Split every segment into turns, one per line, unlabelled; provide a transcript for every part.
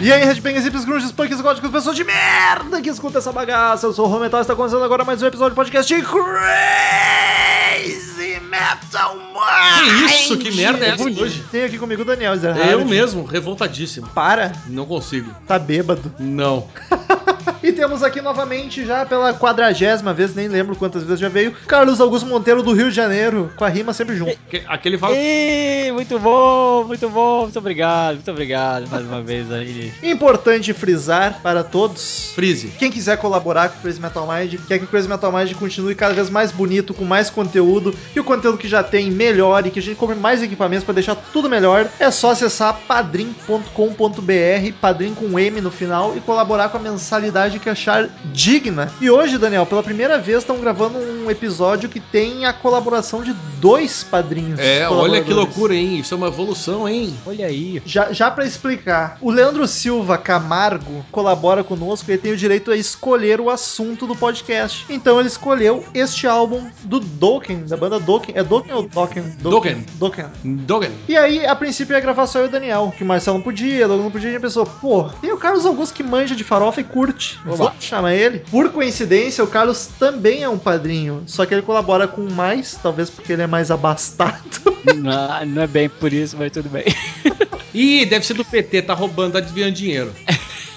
E aí, headbangers, hips, grunges, punks, góticos, pessoas de merda que escuta essa bagaça. Eu sou o Romental e está começando agora mais um episódio do podcast Crazy Metal Mind.
Que isso? Que merda é essa hoje?
Tem aqui comigo o Daniel Zerhard.
Eu mesmo, revoltadíssimo.
Para,
Não consigo.
tá bêbado.
Não.
E temos aqui novamente, já pela quadragésima vez, nem lembro quantas vezes já veio, Carlos Augusto Monteiro do Rio de Janeiro, com a rima sempre junto.
Que- Aquele fala.
Ih, muito bom, muito bom, muito obrigado, muito obrigado mais uma vez aí.
Importante frisar para todos
Freeze.
Quem quiser colaborar com o Crazy Metal Mind, quer que o Crazy Metal Mind continue cada vez mais bonito, com mais conteúdo, e o conteúdo que já tem melhore, que a gente compre mais equipamentos para deixar tudo melhor, é só acessar padrim.com.br, padrim com M no final, e colaborar com a mensalidade que achar digna. E hoje, Daniel, pela primeira vez estão gravando um episódio que tem a colaboração de dois padrinhos.
É, olha que
colaboradores.
loucura, hein? Isso é uma evolução, hein?
Olha aí.
Já, já para explicar, o Leandro Silva Camargo colabora conosco e ele tem o direito a escolher o assunto do podcast. Então ele escolheu este álbum do Dokken, da banda Dokken. É Dokken ou Dokken?
Dokken.
Dokken.
Dogen.
E aí, a princípio ia gravar só eu e o Daniel, que o Marcelo não podia, logo não podia, e a gente pensou, pô, tem o Carlos Augusto que manja de farofa e curte.
Oba.
Vamos chamar ele. Por coincidência, o Carlos também é um padrinho, só que ele colabora com mais, talvez porque ele é mais abastado.
Não, não é bem por isso, mas tudo bem.
Ih, deve ser do PT, tá roubando, tá desviando dinheiro.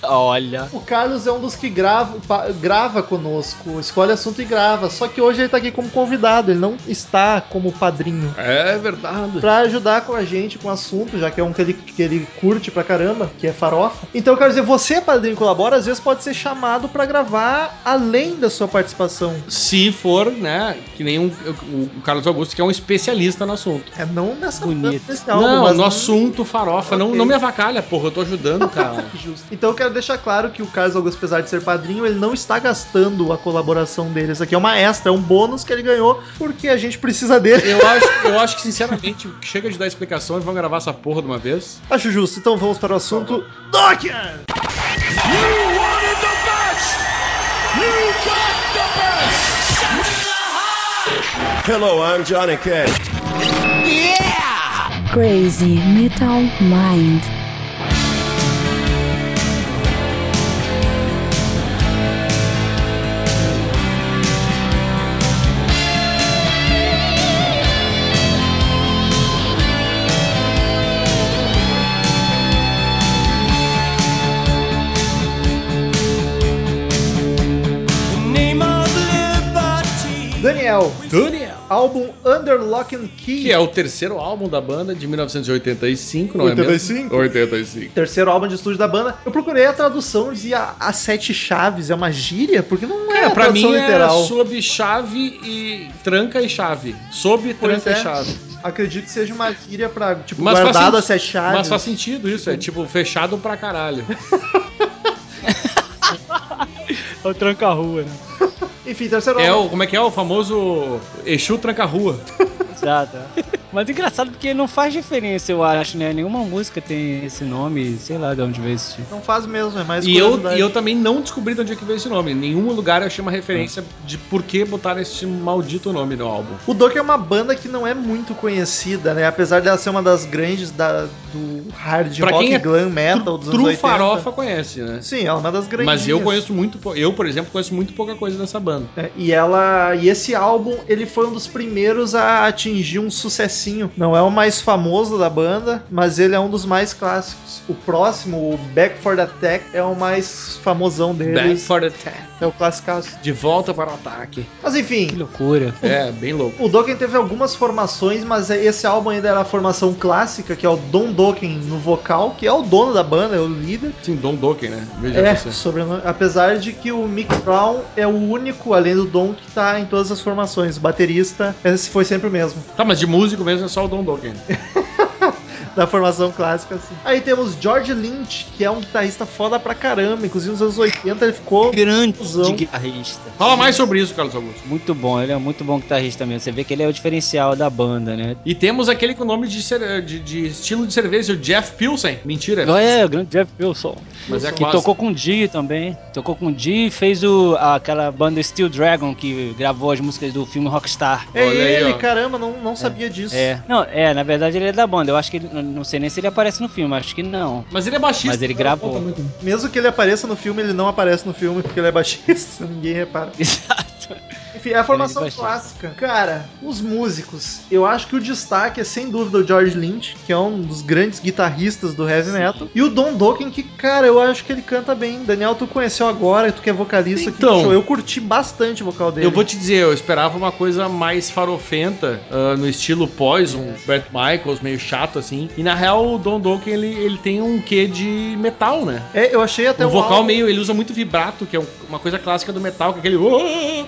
Olha.
O Carlos é um dos que grava, pa- grava conosco, escolhe assunto e grava. Só que hoje ele tá aqui como convidado, ele não está como padrinho.
É verdade.
Pra ajudar com a gente com o assunto, já que é um que ele, que ele curte pra caramba, que é farofa. Então eu quero dizer, você, padrinho, colabora, às vezes pode ser chamado pra gravar além da sua participação.
Se for, né, que nem um- o, o Carlos Augusto, que é um especialista no assunto.
É não nessa
Bonito.
nesse álbum,
Não,
Então, mas-
no assunto farofa. Não,
Ok.
não me avacalha, porra, eu tô ajudando, cara.
Justo. Então eu quero deixar claro que o Carlos Augusto, apesar de ser padrinho, ele não está gastando a colaboração dele. Isso aqui é uma extra, é um bônus que ele ganhou, porque a gente precisa dele.
Eu acho, eu acho que, sinceramente, chega de dar explicação e vamos gravar essa porra de uma vez.
Acho justo, então vamos para o assunto Dokken!
Hello, I'm Johnny Cash.
Crazy Metal Mind.
Daniel,
Daniel.
álbum Under Lock and Key.
Que é o terceiro álbum da banda de 1985, não é
85?
mesmo? 85.
Terceiro álbum de estúdio da banda. Eu procurei a tradução, dizia as sete chaves. É uma gíria? Porque não é,
Cara,
a
pra
tradução
mim era
literal.
sob chave e tranca e chave. Sob,
Pois
tranca
é.
e chave.
Acredito que seja uma gíria pra, tipo,
Mas faz
guardado
sentido.
as sete chaves.
Mas faz sentido isso, é tipo fechado pra caralho.
É o tranca-rua, né?
Enfim, terceiro
É
álbum.
o, como é que é o famoso Exu tranca rua.
Exato. Mas engraçado porque não faz diferença, eu acho, né? Nenhuma música tem esse nome, sei lá de onde veio esse tipo.
Não faz mesmo, é mais
E eu,
curiosidade.
e eu também não descobri de onde é que veio esse nome. Em nenhum lugar eu achei uma referência de por que botaram esse maldito nome no álbum.
O Dokken é uma banda que não é muito conhecida, né? Apesar dela ser uma das grandes da, do hard
Pra
rock
quem é
glam metal dos anos
True
80.
Farofa conhece, né?
Sim, ela é uma das grandes.
Mas eu conheço muito, pou- eu, por exemplo, conheço muito pouca coisa dessa banda.
É, e ela e esse álbum ele foi um dos primeiros a atingir um sucessinho não é o mais famoso da banda mas ele é um dos mais clássicos o próximo o Back for the Attack é o mais famosão
Back
deles
for the Attack.
é o clássicaço
De volta para o ataque.
mas
Que
enfim
loucura.
É, bem louco.
o Dokken teve algumas formações, mas é, esse álbum ainda era a formação clássica, que é o Don Dokken no vocal, que é o dono da banda, é o líder.
Sim, Don Dokken, né? Veja
É,
você.
sobrenome. Apesar de que o Mick Brown é o único, além do Don, que tá em todas as formações. O baterista, esse foi sempre o mesmo.
Tá, mas de músico mesmo é só o Don Dokken.
da formação clássica, assim. Aí temos George Lynch, que é um guitarrista foda pra caramba. Inclusive nos anos 80 ele ficou.
Grande
Fusão.
guitarrista.
Fala mais sobre isso, Carlos Augusto.
Muito bom, ele é muito bom guitarrista mesmo. Você vê que ele é o diferencial da banda, né?
E temos aquele com nome de, cere- de- de estilo de cerveja, o Jeff Pilsen. Mentira,
É, o grande Jeff Wilson.
mas é
Que
quase.
tocou com o Dio também. Tocou com o Dio e fez o, aquela banda Steel Dragon que gravou as músicas do filme Rockstar.
É
Olha aí,
ele,
ó.
caramba, não, não sabia disso.
É. Não, é, na verdade ele é da banda. Eu acho que ele, não sei nem se ele aparece no filme, acho que não.
Mas ele é baixista.
Mas ele
cara,
gravou.
conta muito.
Mesmo que ele apareça no filme, ele não aparece no filme porque ele é baixista. Ninguém repara.
Exato.
Enfim, é a formação
baixista.
clássica. Cara, os músicos. Eu acho que o destaque é sem dúvida o George Lynch, que é um dos grandes guitarristas do heavy metal. E o Don Dokken, que, cara, eu acho que ele canta bem. Daniel, tu conheceu agora, tu que é vocalista aqui
Então.
do show. Eu curti bastante o vocal dele.
Eu vou te dizer, eu esperava uma coisa mais farofenta, ah, no estilo Poison, Bret Michaels, meio chato assim. E na real, o Don Dokken, ele, ele tem um quê de metal, né?
É, eu achei até
o vocal
álbum-
meio, ele usa muito vibrato, que é um- uma coisa clássica do metal, que é aquele.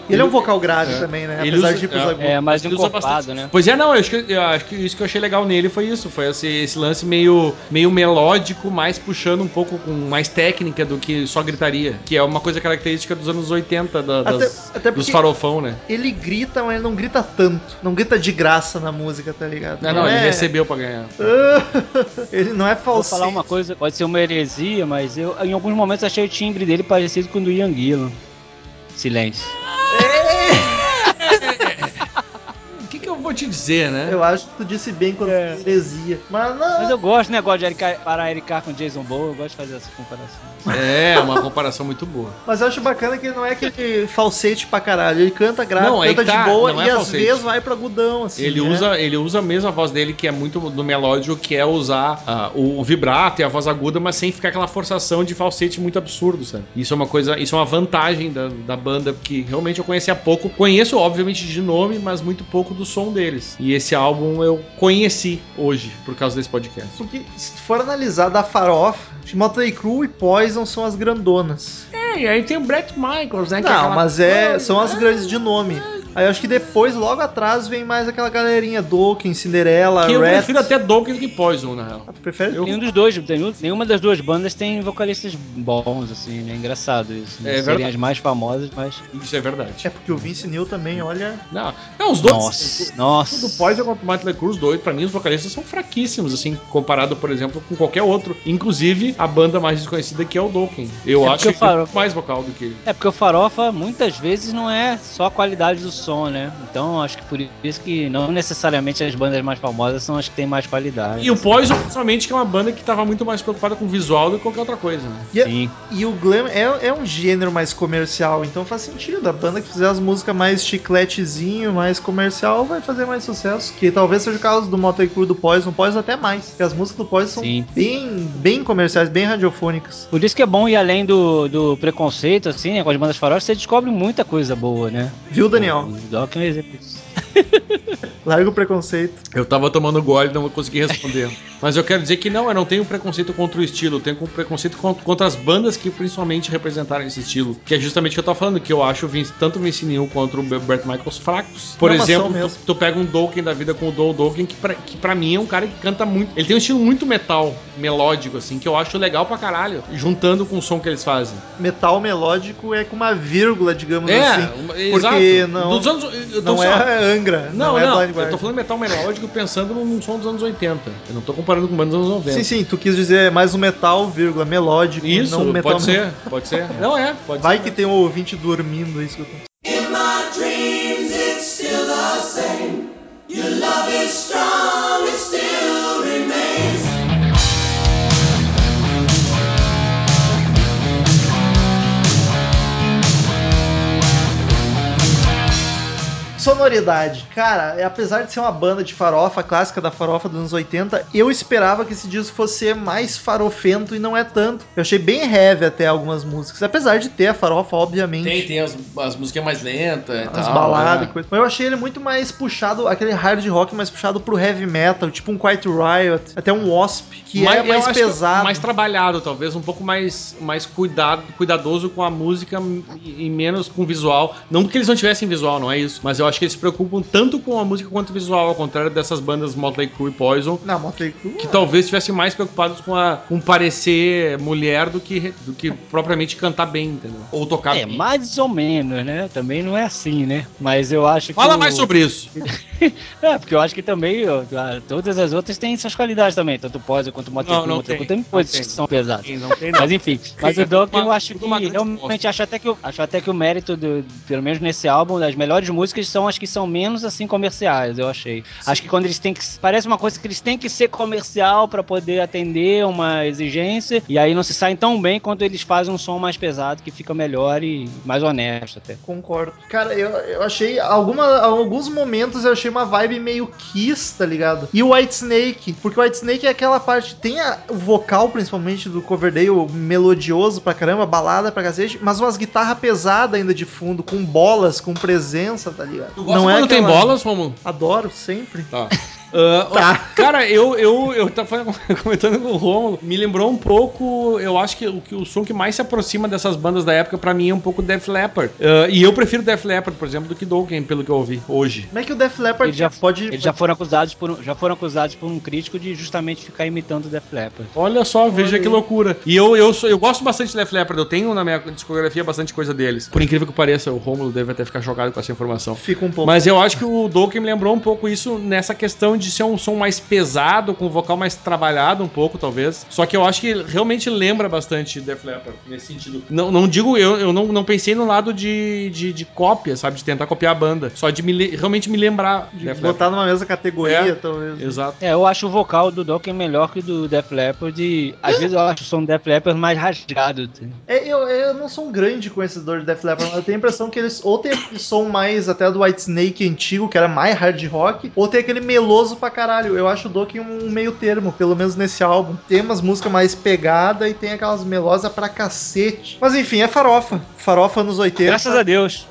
Ele é um vocal grave também, né?
Ele
Apesar
usa-
de ir pros
é.
agudos.
É, mas
Ele
um
usa
copado, né?
Pois é, não, eu acho, que, eu acho que isso que eu achei legal nele foi isso, foi esse, esse lance meio, meio melódico, mais puxando um pouco com mais técnica do que só gritaria, que é uma coisa característica dos anos 80 da- das-
Até- até
dos
porque-
farofão, né?
Ele grita, mas ele não grita tanto. Não grita de graça na música, tá ligado?
Não, não,
é...
ele recebeu pra ganhar.
ele não é
Vou
falso.
falar uma coisa, pode ser uma heresia, mas eu em alguns momentos achei o timbre dele parecido com o do Ian Gillan. Silêncio.
O que, que eu vou te dizer, né?
Eu acho que tu disse bem quando
É.
tu heresia. Mas não.
Mas eu gosto, né? Gosto de Eric, parar Eric Carr com Jason Bowie, eu gosto de fazer essa comparação.
É, uma comparação muito boa.
Mas eu acho bacana que ele não é aquele falsete pra caralho. Ele canta grave,
Não, aí
canta
tá,
de boa
não é
e às
falsete.
vezes vai pra agudão, assim.
ele,
né?
usa, ele usa mesmo a voz dele, que é muito do melódio, que é usar ah, o vibrato e a voz aguda, mas sem ficar aquela forçação de falsete muito absurdo, sabe? Isso é uma coisa, isso é uma vantagem da, da banda, porque realmente eu conheci há pouco. Conheço, obviamente, de nome, mas muito pouco do som deles. E esse álbum eu conheci hoje, por causa desse podcast.
Porque se tu for analisar da farofa, Motley Crue e Poison são as grandonas.
É, e aí tem o Brett Michaels, né?
Não, mas é, são as grandes de nome. Aí eu acho que depois, logo atrás, vem mais aquela galerinha Dokken, Cinderela,
Que eu
Rat.
prefiro até Dokken do que Poison, na real.
Ah, tu prefere?
Eu-
Nenhum dos dois, nenhum- nenhuma das duas bandas tem vocalistas bons, assim, né? Engraçado isso.
É
Né? Seriam
verdade.
as mais famosas, mas.
Isso é verdade.
É porque o Vince Neil também, olha.
Não, não os dois.
nossa,
O do
nossa.
Poison contra o Motley Crue, os dois, pra mim, os vocalistas são fraquíssimos, assim, comparado, por exemplo, com qualquer outro. Inclusive, a banda mais desconhecida que é o Dokken. Eu
É
acho
porque
que
eu falo-
é mais vocal do que ele.
É porque o farofa muitas vezes não é só a qualidade do som, né? Então acho que por isso que não necessariamente as bandas mais famosas são as que têm mais qualidade.
E o Poison, principalmente, que é uma banda que tava muito mais preocupada com o visual do que qualquer outra coisa, né?
Sim.
E o glam é, é um gênero mais comercial, então faz sentido. A banda que fizer as músicas mais chicletezinho, mais comercial, vai fazer mais sucesso. Que talvez seja o caso do Motley Crue do Poison, Poison até mais. Porque as músicas do Poison são
Sim.
bem, bem comerciais, bem radiofônicas.
Por isso que é bom ir além do, do preconceito, assim, né? Com as bandas farofa, você descobre muita coisa boa, né?
Viu, Daniel?
O Doc é um exemplo disso.
Larga o preconceito.
Eu tava tomando gole e não consegui responder. Mas eu quero dizer que não, eu não tenho preconceito contra o estilo, eu tenho com- preconceito con- contra as bandas que principalmente representaram esse estilo. Que é justamente o que eu tava falando, que eu acho o Vince, tanto o Vince Neil quanto o Bert Michaels fracos. Por
Não, mas
exemplo,
são
tu,
mesmo.
tu pega um Dokken da vida com o Don Dokken, que pra, que pra mim é um cara que canta muito. Ele tem um estilo muito metal, melódico, assim, que eu acho legal pra caralho, juntando com o som que eles fazem. É,
Metal melódico é com uma vírgula, digamos assim.
uma-
não-
Dos anos, eu tô
Não
só-
é Angra,
não,
é
não,
Blind
eu tô
Guardian.
falando metal melódico pensando num som dos anos 80. Eu não tô comparando com banda dos anos 90.
Sim, sim, tu quis dizer mais um metal, vírgula, melódico,
Isso,
não um metal.
pode ser, pode ser. Não é, pode
Vai
ser.
que tem um ouvinte dormindo, é isso que eu tô Sonoridade. Cara, é, apesar de ser uma banda de farofa, clássica da farofa dos anos 80, eu esperava que esse disco fosse mais farofento e não é tanto. Eu achei bem heavy até algumas músicas, apesar de ter a farofa, obviamente.
Tem, tem as, as músicas mais lentas e
As
tal,
baladas
é.
e coisa. Mas eu achei ele muito mais puxado, aquele hard rock mais puxado pro heavy metal, tipo um Quiet Riot, até um Wasp, que
Mas
é
eu
mais
acho que
pesado.
Mais trabalhado, talvez, um pouco mais, mais cuidado, cuidadoso com a música e, e menos com o visual. Não que eles não tivessem visual, não é isso. Mas eu acho que eles se preocupam tanto com a música quanto o visual, ao contrário dessas bandas Motley Crue e Poison,
Não, Motley Crue.
que talvez estivessem mais preocupados com, a, com parecer mulher do que, do que propriamente cantar bem, entendeu? Ou tocar
É,
bem.
mais ou menos, né? Também não é assim, né? Mas eu acho que.
Fala
o-
mais sobre isso.
É, porque eu acho que também ó, a- todas as outras têm suas qualidades também, tanto o Poser quanto o
Não, não tem.
Motecu. Tem, tem coisas
Não tem.
que são pesadas.
Sim, não tem não.
Mas enfim, mas
Fica
o Doug
tudo uma-
eu acho
tudo
que
uma grande
realmente
bosta.
acho até que, o- acho até que o mérito, do, pelo menos nesse álbum, das melhores músicas são as que são menos assim comerciais, eu achei. Acho que quando eles têm que. Parece uma coisa que eles têm que ser comercial pra poder atender uma exigência, e aí não se saem tão bem quanto eles fazem um som mais pesado que fica melhor e mais honesto até.
Concordo. Cara, eu, eu achei. Alguma, alguns momentos eu achei uma vibe meio Kiss, tá ligado? E o White Snake, porque o White Snake é aquela parte. Tem a- o vocal, principalmente, do Coverdale melodioso pra caramba, balada pra cacete, mas umas guitarras pesadas ainda de fundo, com bolas, com presença, tá ligado?
Tu gosta quando tem
aquela-
bolas, Romulo?
Adoro, sempre.
Tá. Ah, Cara, eu, eu, eu tava comentando com o Romulo, me lembrou um pouco, eu acho que o, que o som que mais se aproxima dessas bandas da época, pra mim, é um pouco Def Leppard. Ah, e eu prefiro Def Leppard, por exemplo, do que Dokken, pelo que eu ouvi hoje.
Como é que o Def Leppard
Ele já-
pode.
Eles já foram acusados por um, já foram acusados por um crítico de justamente ficar imitando o Def Leppard.
Olha só, veja
aí.
que loucura. E eu, eu, sou, eu gosto bastante de Def Leppard, eu tenho na minha discografia bastante coisa deles. Por incrível que pareça, o Romulo deve até ficar chocado com essa informação.
Fica um pouco.
Mas eu acho que o Dokken me lembrou um pouco isso nessa questão de ser um som mais pesado, com um vocal mais trabalhado um pouco, talvez. Só que eu acho que ele realmente lembra bastante Def Leppard, nesse sentido. Não, não digo, eu, eu não, não pensei no lado de, de, de cópia, sabe? De tentar copiar a banda. Só de me le- realmente me lembrar de
de
Def Leppard.
botar numa mesma categoria,
É.
talvez.
Exato.
É, eu acho o vocal do Dokken melhor que o do Def Leppard e às vezes eu acho o som do Def Leppard mais rasgado.
É, eu, eu não sou um grande conhecedor de Def Leppard, mas eu tenho a impressão que eles ou tem aquele som mais até do White Snake antigo, que era mais hard rock, ou tem aquele meloso pra caralho. Eu acho o Dokken um meio termo, pelo menos nesse álbum. Tem umas músicas mais pegada e tem aquelas melosas pra cacete. Mas enfim, é farofa. Farofa nos 80.
Graças a Deus.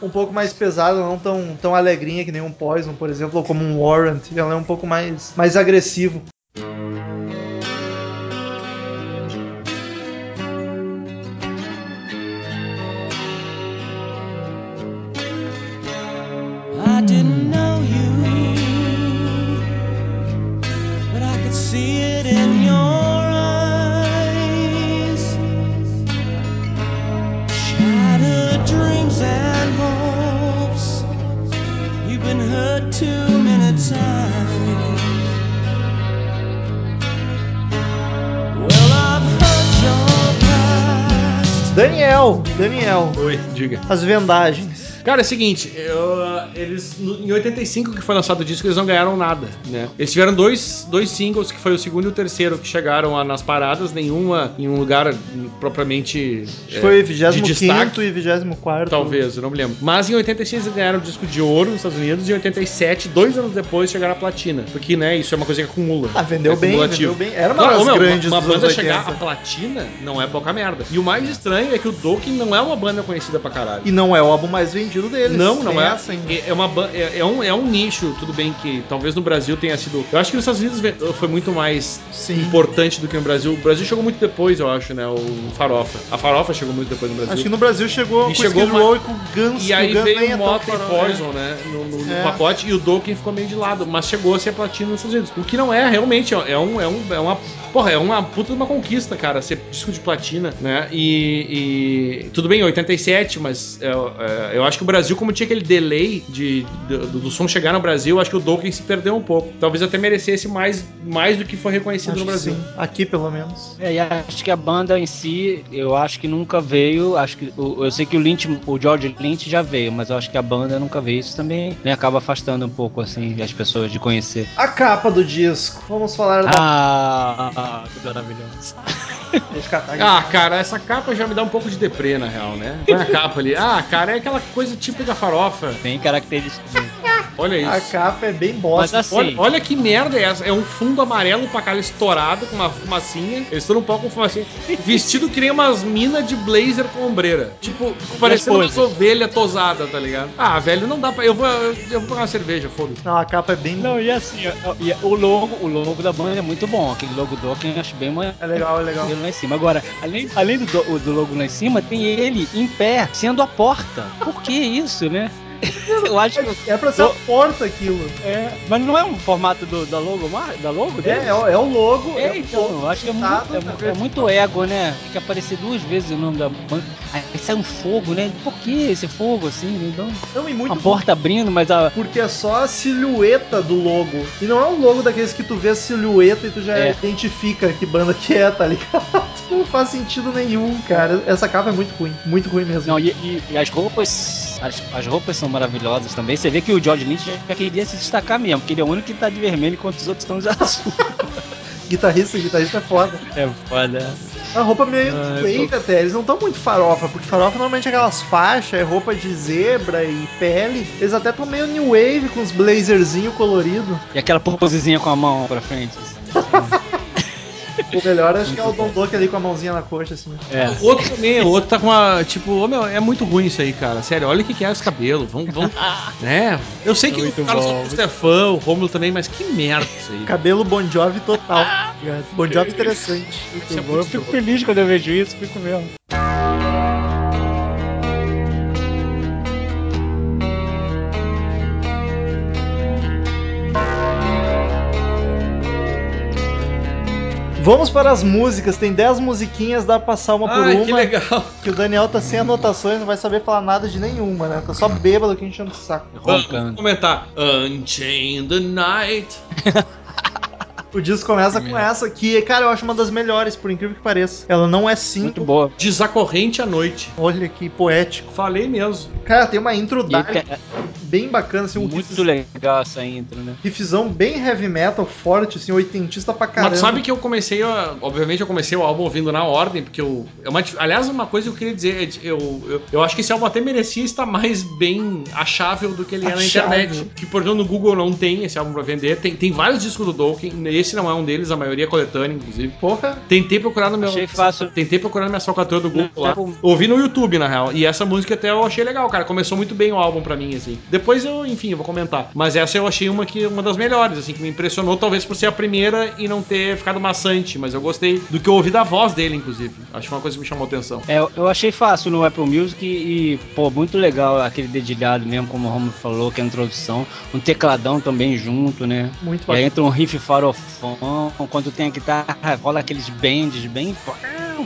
um pouco mais pesada, não tão, tão alegrinha que nem um Poison, por exemplo, ou como um Warrant. Ela é um pouco mais, mais agressivo.
I didn't know you, but I could see it in your eyes. Shattered dreams and hopes, you've been hurt too many times. Well, I've hurt your past.
Daniel, Daniel,
Oi, diga.
as vendagens.
Cara, é o seguinte, eu, ah, eles no- em 85 que foi lançado o disco, eles não ganharam nada, né? Eles tiveram dois, dois singles, que foi o segundo e o terceiro, que chegaram a- nas paradas, nenhuma em um lugar hum, propriamente
Acho que foi o
É, de
25
destaque.
e 24.
Talvez, eu não me lembro. Mas em 86 eles ganharam o disco de ouro nos Estados Unidos e em 87, dois anos depois, chegaram à platina. Porque, né, isso é uma coisa que acumula.
Ah, vendeu
É
bem,
acumulativo.
vendeu bem. Era Ah, é uma
Claro,
das
meu,
grandes
uma,
dos
banda
anos
chegar à
80.
platina não é pouca merda. E o mais estranho é que o Dokken não é uma banda conhecida pra caralho.
E não é o álbum mais vendido deles.
Não, não
Tem
é.
essa ainda.
É, é uma, ban- é, é um, é um nicho, tudo bem que talvez no Brasil tenha sido. Eu acho que nos Estados Unidos ve- foi muito mais
Sim.
importante do que no Brasil. O Brasil chegou muito depois, eu acho, né? O Farofa. A Farofa chegou muito depois no Brasil.
Acho que no Brasil chegou com
E chegou
Skid
uma-
Row e com Guns.
E
que
aí
Guns nem
veio
é
o
tão
Motley
farol,
Poison, né? No, no- no
É.
pacote. E o Dokken ficou meio de lado. Mas chegou a ser platina nos Estados Unidos. O que não é realmente. ó, É, um, é, um, é uma. Porra, é uma puta de uma conquista, cara. Ser disco de platina, né? E. e- tudo bem, 87, mas é, é, eu acho que o Brasil, como tinha aquele delay de, do, do som chegar no Brasil, acho que o Dokken se perdeu um pouco. Talvez até merecesse mais, mais do que foi
Acho
reconhecido no
que
Brasil.
sim. Aqui, pelo menos.
É, e acho que a banda em si, eu acho que nunca veio. Acho que o- eu sei que o Lynch, o George Lynch já veio, mas eu acho que a banda nunca veio. Isso também né, acaba afastando um pouco assim as pessoas de conhecer.
A capa do disco. Vamos falar da...
Ah, que maravilhoso.
Vou ficar-
Ah, cara, essa capa já me dá um pouco de deprê, na real, né? Põe a capa ali. Ah, cara, é aquela coisa típica farofa.
Bem característico. mesmo.
Olha Ah, isso.
A capa é bem
Mas
bosta.
assim,
Olha, olha que merda é essa. É um fundo amarelo pra cara estourado, com uma fumacinha. Eles estão no palco com fumacinha. Vestido que nem umas minas de blazer com ombreira. Tipo, parecendo
coisas?
umas ovelhas tosadas, tá ligado? Ah, velho, não dá pra. Eu vou, eu, eu vou pegar uma cerveja, foda-se.
Não, a capa é bem...
Não, e assim, ó, e o logo, o logo da banda é muito bom. Aquele logo do Dokken eu acho bem mais
É legal, é legal.
lá em cima. Agora, além, além do, do- do logo lá em cima, tem ele em pé, sendo a porta. Por que isso, né? Eu acho que.
É pra ser a porta aquilo.
É, mas não é um formato do, da logo, mar- da logo
É,
dele?
é, o- é o logo.
É,
o
então,
logo
eu acho que é muito,
pintado
é,
na
mu- é
verde.
muito ego, né? Tem que aparecer duas vezes o nome da banca. Aí sai um fogo, né? Por que esse fogo, assim? Então,
Não, e
uma
muito
porta abrindo, mas a...
Porque é só a silhueta do logo. E não é um logo daqueles que tu vê a silhueta e tu já
É.
identifica que banda que é, tá ligado? Não faz sentido nenhum, cara. Essa capa é muito ruim. Muito ruim mesmo.
Não, e, e- e as roupas... As, as roupas são maravilhosas também. Você vê que o George Lynch já queria se destacar mesmo, porque ele é o único que tá de vermelho enquanto os outros estão de azul.
Guitarrista, guitarrista é foda.
É foda.
A roupa meio
Ah,
feita até. Eles não estão muito farofa, porque farofa normalmente é aquelas faixas, é roupa de zebra e pele. Eles até estão meio new wave com os blazerzinho colorido.
E aquela posezinha com a mão pra frente. assim.
O melhor acho que é o Don Doc ali com a mãozinha na coxa, assim.
É.
O outro também, o outro tá com uma. Tipo, ô meu, é muito ruim isso aí, cara. Sério, olha o que, que é esse cabelo. Vamos, vamos. né? Eu sei que
Muito
o Carlos
bom.
Augusto é fã, o Romulo também, mas que merda isso aí.
Cabelo Bon Jovi total.
Ah!
bon Jovi interessante.
Isso é muito
Eu fico feliz quando eu vejo isso, fico mesmo.
Vamos para as músicas. Tem 10 musiquinhas, dá pra passar uma por
Ai, que
uma. Que,
legal.
o Daniel tá sem anotações, não vai saber falar nada de nenhuma, né? Tá só
Hum.
bêbado aqui enchendo o saco.
Vamos comentar. Unchain the Night.
O disco começa com essa aqui. Cara, eu acho uma das melhores, por incrível que pareça. Ela não é
Muito
simples.
boa.
Desacorrente à noite.
Olha que poético.
Falei mesmo.
Cara, tem uma intro
E
dark
é
bem bacana, assim, um
muito
riff-
legal essa intro, né?
riffzão bem heavy metal, forte, assim, oitentista pra caramba.
Mas sabe que eu comecei, a- obviamente eu comecei o álbum ouvindo na ordem, porque eu. é uma dif- aliás, uma coisa que eu queria dizer, é de- eu, eu, eu acho que esse álbum até merecia estar mais bem achável do que ele é na
Achável.
internet. Que, por exemplo, no Google não tem esse álbum pra vender. Tem, tem vários discos do Tolkien, esse não é um deles, a maioria é coletânea, inclusive.
Porra,
Tentei procurar no meu.
Achei fácil.
Tentei procurar na minha salcatura do Google
Não,
lá.
não.
Ouvi no YouTube, na real. E essa música até eu achei legal, cara. Começou muito bem o álbum pra mim, assim. Depois eu, enfim, eu vou comentar. Mas essa eu achei uma que uma das melhores, assim, que me impressionou, talvez por ser a primeira e não ter ficado maçante. Mas eu gostei do que eu ouvi da voz dele, inclusive. Acho que uma coisa que me chamou atenção.
É, eu achei fácil no Apple Music e, pô, muito legal aquele dedilhado mesmo, como o Romulo falou, que é a introdução. Um tecladão também junto, né?
muito
E aí
bacana.
entra um riff farofão, quando tem a guitarra, rola aqueles bands bem,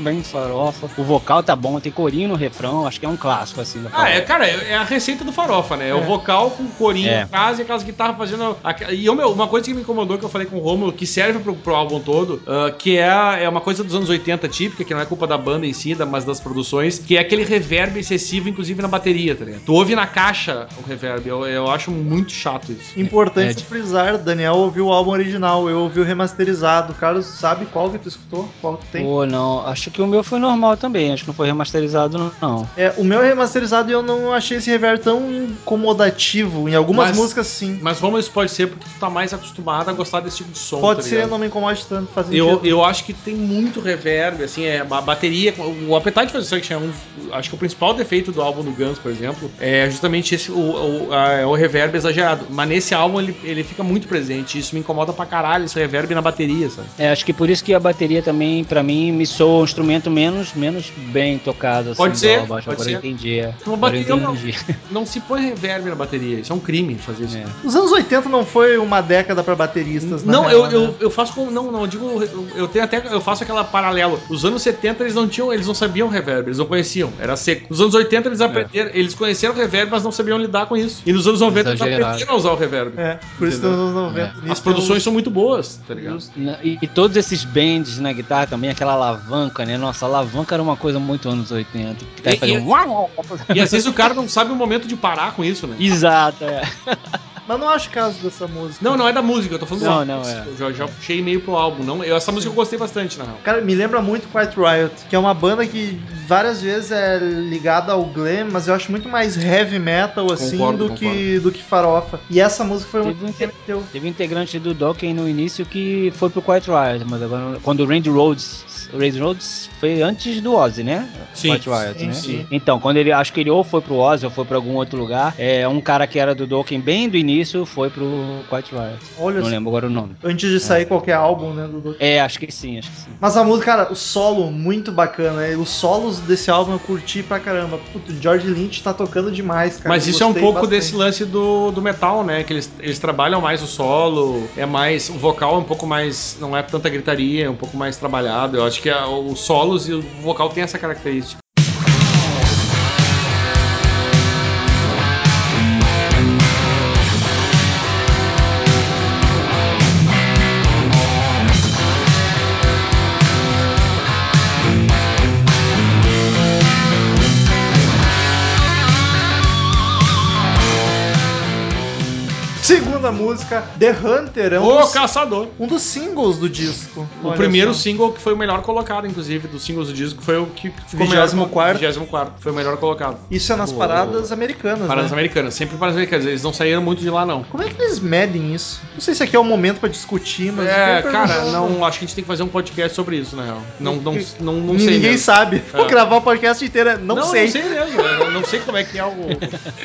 bem farofa. O vocal tá bom, tem corinho no refrão, acho que é um clássico, assim. da
Ah,
farofa.
é, cara, é é a receita do farofa, né? É, o vocal com o corinho
É.
atrás e aquelas guitarras fazendo. a- E eu, meu, uma coisa que me incomodou que eu falei com o Romulo, que serve pro, pro álbum todo, ah, que é, é uma coisa dos anos 80 típica, que não é culpa da banda em si, da- mas das produções, que é aquele reverb excessivo, inclusive na bateria, tá ligado? Tu ouve na caixa o reverb, eu, eu acho muito chato isso.
Importante
É, de-
frisar, Daniel ouviu o álbum original, eu ouvi o remasterizado. Carlos, sabe qual que tu escutou? Qual que tem?
Pô, não, acho que o meu foi normal também, acho que não foi remasterizado, não.
É, o meu é remasterizado e eu não achei esse reverb tão incomodativo. Em algumas
Mas-
músicas, sim.
Mas Romulo, isso pode ser porque tu tá mais acostumado a gostar desse tipo de som.
Pode
tá
ser,
ligado?
não me incomode tanto fazer
Eu, eu acho que tem muito reverb, assim, é, a bateria. O Appetite for Destruction é um. Acho que o principal defeito do álbum do Guns, por exemplo, é justamente esse, o, o, a- é o reverb exagerado. Mas nesse álbum ele, ele fica muito presente. Isso me incomoda pra caralho, esse reverb na bateria, sabe?
É, acho que por isso que a bateria também, pra mim, me soa um instrumento menos, menos bem tocado. Assim,
Pode
do
ser,
álbum, acho.
pode
agora
ser.
eu entendi. É.
Uma
Agora eu
bateria não.
entendi.
Não se põe reverb na bateria, isso é um crime fazer isso.
É.
Os anos 80 não foi uma década pra bateristas, na
Não,
real,
eu,
né?
eu, eu faço com. Não, não, eu digo. eu- Eu tenho até. Eu faço aquela paralelo. Os anos 70 eles não tinham. Eles não sabiam reverb, eles não conheciam. Era seco. Nos anos 80
É.
eles aprenderam. Eles conheceram reverb, mas não sabiam lidar com isso. E nos anos 90 eles
Exagerado.
aprenderam a usar o reverb.
É, por isso que nos anos 90. nisso
As
tem
produções são muito boas, tá ligado?
E, e todos esses bends na guitarra também, aquela alavanca, né? Nossa, a alavanca era uma coisa muito anos 80. Que tá
E-
fazendo...
e-
uau, uau, uau.
E às vezes o cara não sabe o momento de parar com isso, né?
Exato, é.
um- Mas não acho caso dessa música.
Não, não é da música, eu tô falando do
Não,
álbum.
não, é.
Eu já, já puxei meio pro álbum. Não, eu- essa música eu gostei bastante, na real.
Cara, me lembra muito Quiet Riot, que é uma banda que várias vezes é ligada ao glam, mas eu acho muito mais heavy metal, assim,
Concordo,
do, Que, do que farofa. E essa música foi
Teve um
muito que meteu.
Teve um integrante do Dokken no início que foi pro Quiet Riot, mas agora quando o Randy Rhodes Rhodes, o Rage Rhodes foi antes do Ozzy, né?
Sim.
White Riot,
Sim,
né?
sim.
Então, quando ele, acho que ele ou foi pro Ozzy ou foi pra algum outro lugar, é, um cara que era do Dokken bem do início foi pro White Riot.
Olha
Não
só.
lembro agora o nome.
Antes
É.
de sair qualquer álbum, né, Dudu?
É, acho que sim, acho que sim.
Mas a música, cara, o solo muito bacana. E Os solos desse álbum eu curti pra caramba. Puto, o George Lynch tá tocando demais, cara.
Mas
Eu
isso é um
gostei
pouco
bastante.
desse lance do, do metal, né? Que eles, eles trabalham mais o solo, é mais. O vocal é um pouco mais. Não é tanta gritaria, é um pouco mais trabalhado. Eu acho que a- os solos e o vocal tem essa característica.
Segunda música, The Hunter. É um,
o
dos,
Caçador.
um dos singles do disco.
O
Olha
primeiro
só.
single que foi o melhor colocado, inclusive, dos singles do disco, foi o que ficou
24º.
24 foi o melhor colocado.
Isso é nas
O-
paradas americanas,
Paradas
né?
americanas, sempre paradas americanas. Eles não saíram muito de lá, não.
Como é que eles medem isso? Não sei se aqui é o momento pra discutir, mas...
É,
eu queria
cara,
perguntar.
não, acho que a gente tem que fazer um podcast sobre isso, na real. Não, não, não, não sei.
Ninguém
mesmo.
sabe. Vou
É.
gravar o podcast inteiro. é, Não, sei.
Não sei mesmo. Eu não sei como é que é o.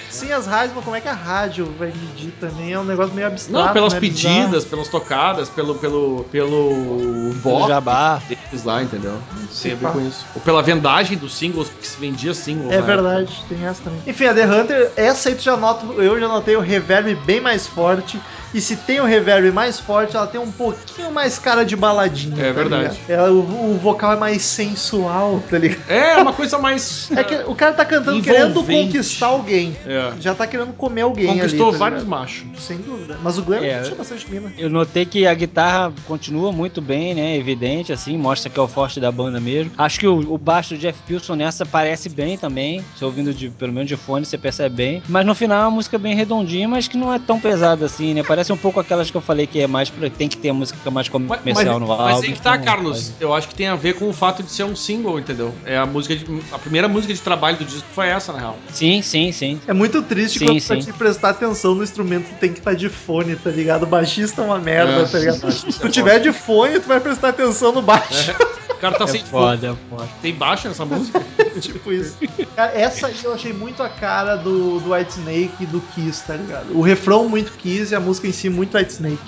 Sim, as rádios, mas como é que a rádio vai medir também? É um negócio meio abstrato.
Não, pelas
né? Bizarro.
pedidas, pelas tocadas, pelo. pelo. pelo.
Do
voto
Jabá.
deles lá, entendeu? Não tem a ver
pá.
com isso. Ou pela vendagem dos singles, porque se vendia singles.
É verdade, tem essa também. Enfim, a The Hunter, essa aí tu já nota, eu já notei o reverb bem mais forte. E se tem o reverb mais forte, ela tem um pouquinho mais cara de baladinha. tá
É verdade.
ligado? Ela- o, o vocal é mais sensual, tá ligado?
É, uma coisa mais.
É que o cara tá cantando querendo
Envolvente.
conquistar alguém.
É.
Já tá querendo comer alguém
Conquistou
ali. tá
vários
ligado?
machos.
Sem dúvida. Mas o Glenn
É.
tinha bastante mina.
Eu notei que a guitarra continua muito bem, né? Evidente, assim, mostra que é o forte da banda mesmo. Acho que o, o baixo do Jeff Pilson nessa parece bem também. Se ouvindo de, pelo menos de fone, você percebe bem. Mas no final é uma música bem redondinha, mas que não é tão pesada assim, né? Parece um pouco aquelas que eu falei que é mais. pra- Tem que ter a música mais comercial no
Ah,
álbum.
Mas aí que tá,
então,
Carlos. Eu acho que tem a ver com o fato de ser um single, entendeu? É a música de, a primeira música de trabalho do disco foi essa, na real.
faz- Sim, sim, sim.
É muito triste
Sim,
quando tu vai
sim.
te prestar atenção no instrumento, tu tem que estar de fone, tá ligado? O baixista é uma merda,
É,
tá ligado?
baixista é
Se tu tiver de fone, tu vai prestar atenção no baixo.
O cara tá
É
sem
foda, é foda.
Tem baixo nessa música?
Tipo isso. Cara, essa aí eu achei muito a cara do, do White Snake e do Kiss, tá ligado? O refrão muito Kiss e a música em si muito White Snake.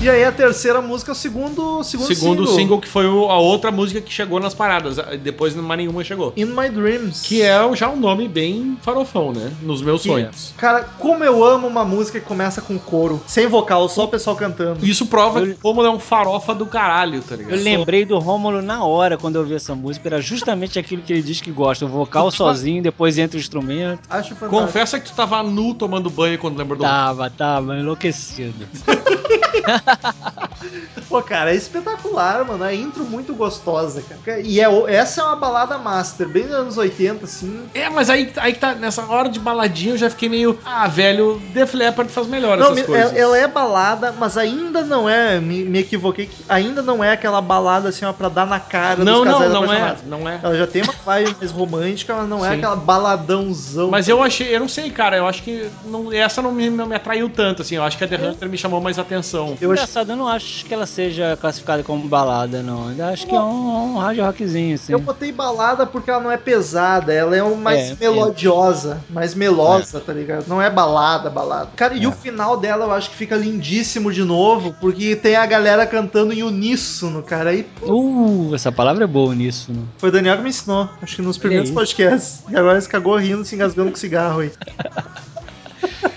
E aí a terceira música, o segundo, o segundo,
Segundo single que foi o- a outra música que chegou nas paradas. Depois mais nenhuma chegou.
In My Dreams.
Que é o- já um nome bem farofão, né? Nos meus
Que- é.
sonhos.
Cara, como eu amo uma música que começa com coro, sem vocal, só o pessoal cantando.
Isso prova
Eu-
como é um farofa do caralho, tá ligado?
Eu lembrei do Rômulo na hora quando eu vi essa música. Era justamente aquilo que ele diz que gosta: o vocal
Tipo,
sozinho, depois entra o instrumento.
Acho fantástico.
Confessa que tu tava nu tomando banho quando lembrou do.
Tava, tava enlouquecido.
Pô, cara, é espetacular, mano. É intro muito gostosa, cara. E é, o- essa é uma balada master, bem dos anos 80, assim.
É, mas aí, aí que tá, nessa hora de baladinha eu já fiquei meio, ah, velho, Def Leppard faz melhor
Não,
essas
me-
coisas.
ela, ela é balada, mas ainda não é, me, me equivoquei, que ainda não é aquela balada assim, ó, pra dar na cara
Não,
dos
não,
casais
não é,
apaixonados.
não é.
Ela já tem uma vibe mais romântica, mas não é
Sim.
aquela baladãozão.
Mas eu achei, eu não sei, cara, eu acho que não- essa não me, não me atraiu tanto, assim, eu acho que a The Hunter me chamou mais atenção.
Eu acho-
Engraçado, eu não acho que ela seja classificada como balada, não. Ainda acho que é um, um rádio rockzinho, assim.
Eu botei balada porque ela não é pesada, ela é um mais
É,
melodiosa, mais melosa, tá ligado? Não é balada, balada. Cara,
É.
e o final dela eu acho que fica lindíssimo de novo, porque tem a galera cantando em uníssono, cara. Aí pô,
Uh, essa palavra é boa nisso, né?
foi o Daniel que me ensinou, acho que nos primeiros
aí.
podcasts. E agora ele se cagou rindo, se engasgando com cigarro aí.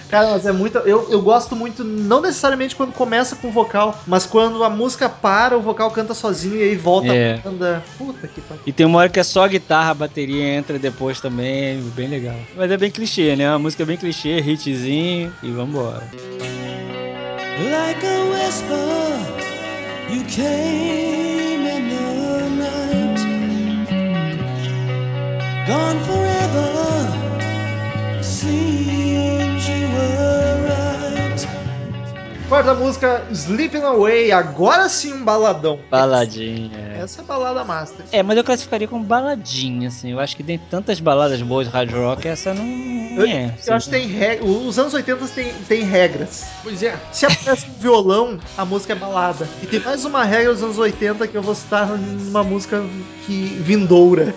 Cara, mas é muito. Eu, eu gosto muito, não necessariamente quando começa com vocal, mas quando a música para, o vocal canta sozinho e aí volta
É.
a banda. Puta que pariu.
E tem uma hora que é só guitarra, a bateria entra depois também, bem legal. Mas é bem clichê, né? A música é bem clichê, hitzinho e vambora.
Like a whisper, you came in the night. Gone forever, seems you were right.
Quarta música, Sleeping Away, agora sim um baladão.
Baladinha.
Essa, Essa é a balada master.
É, mas eu classificaria como baladinha, assim. Eu acho que tem tantas baladas boas de hard rock, essa não não é. assim.
Eu acho que tem re... Os anos 80 tem, tem regras.
Pois é.
Se aparece um violão, a música é balada. E tem mais uma regra dos anos 80 que eu vou citar numa música que vindoura.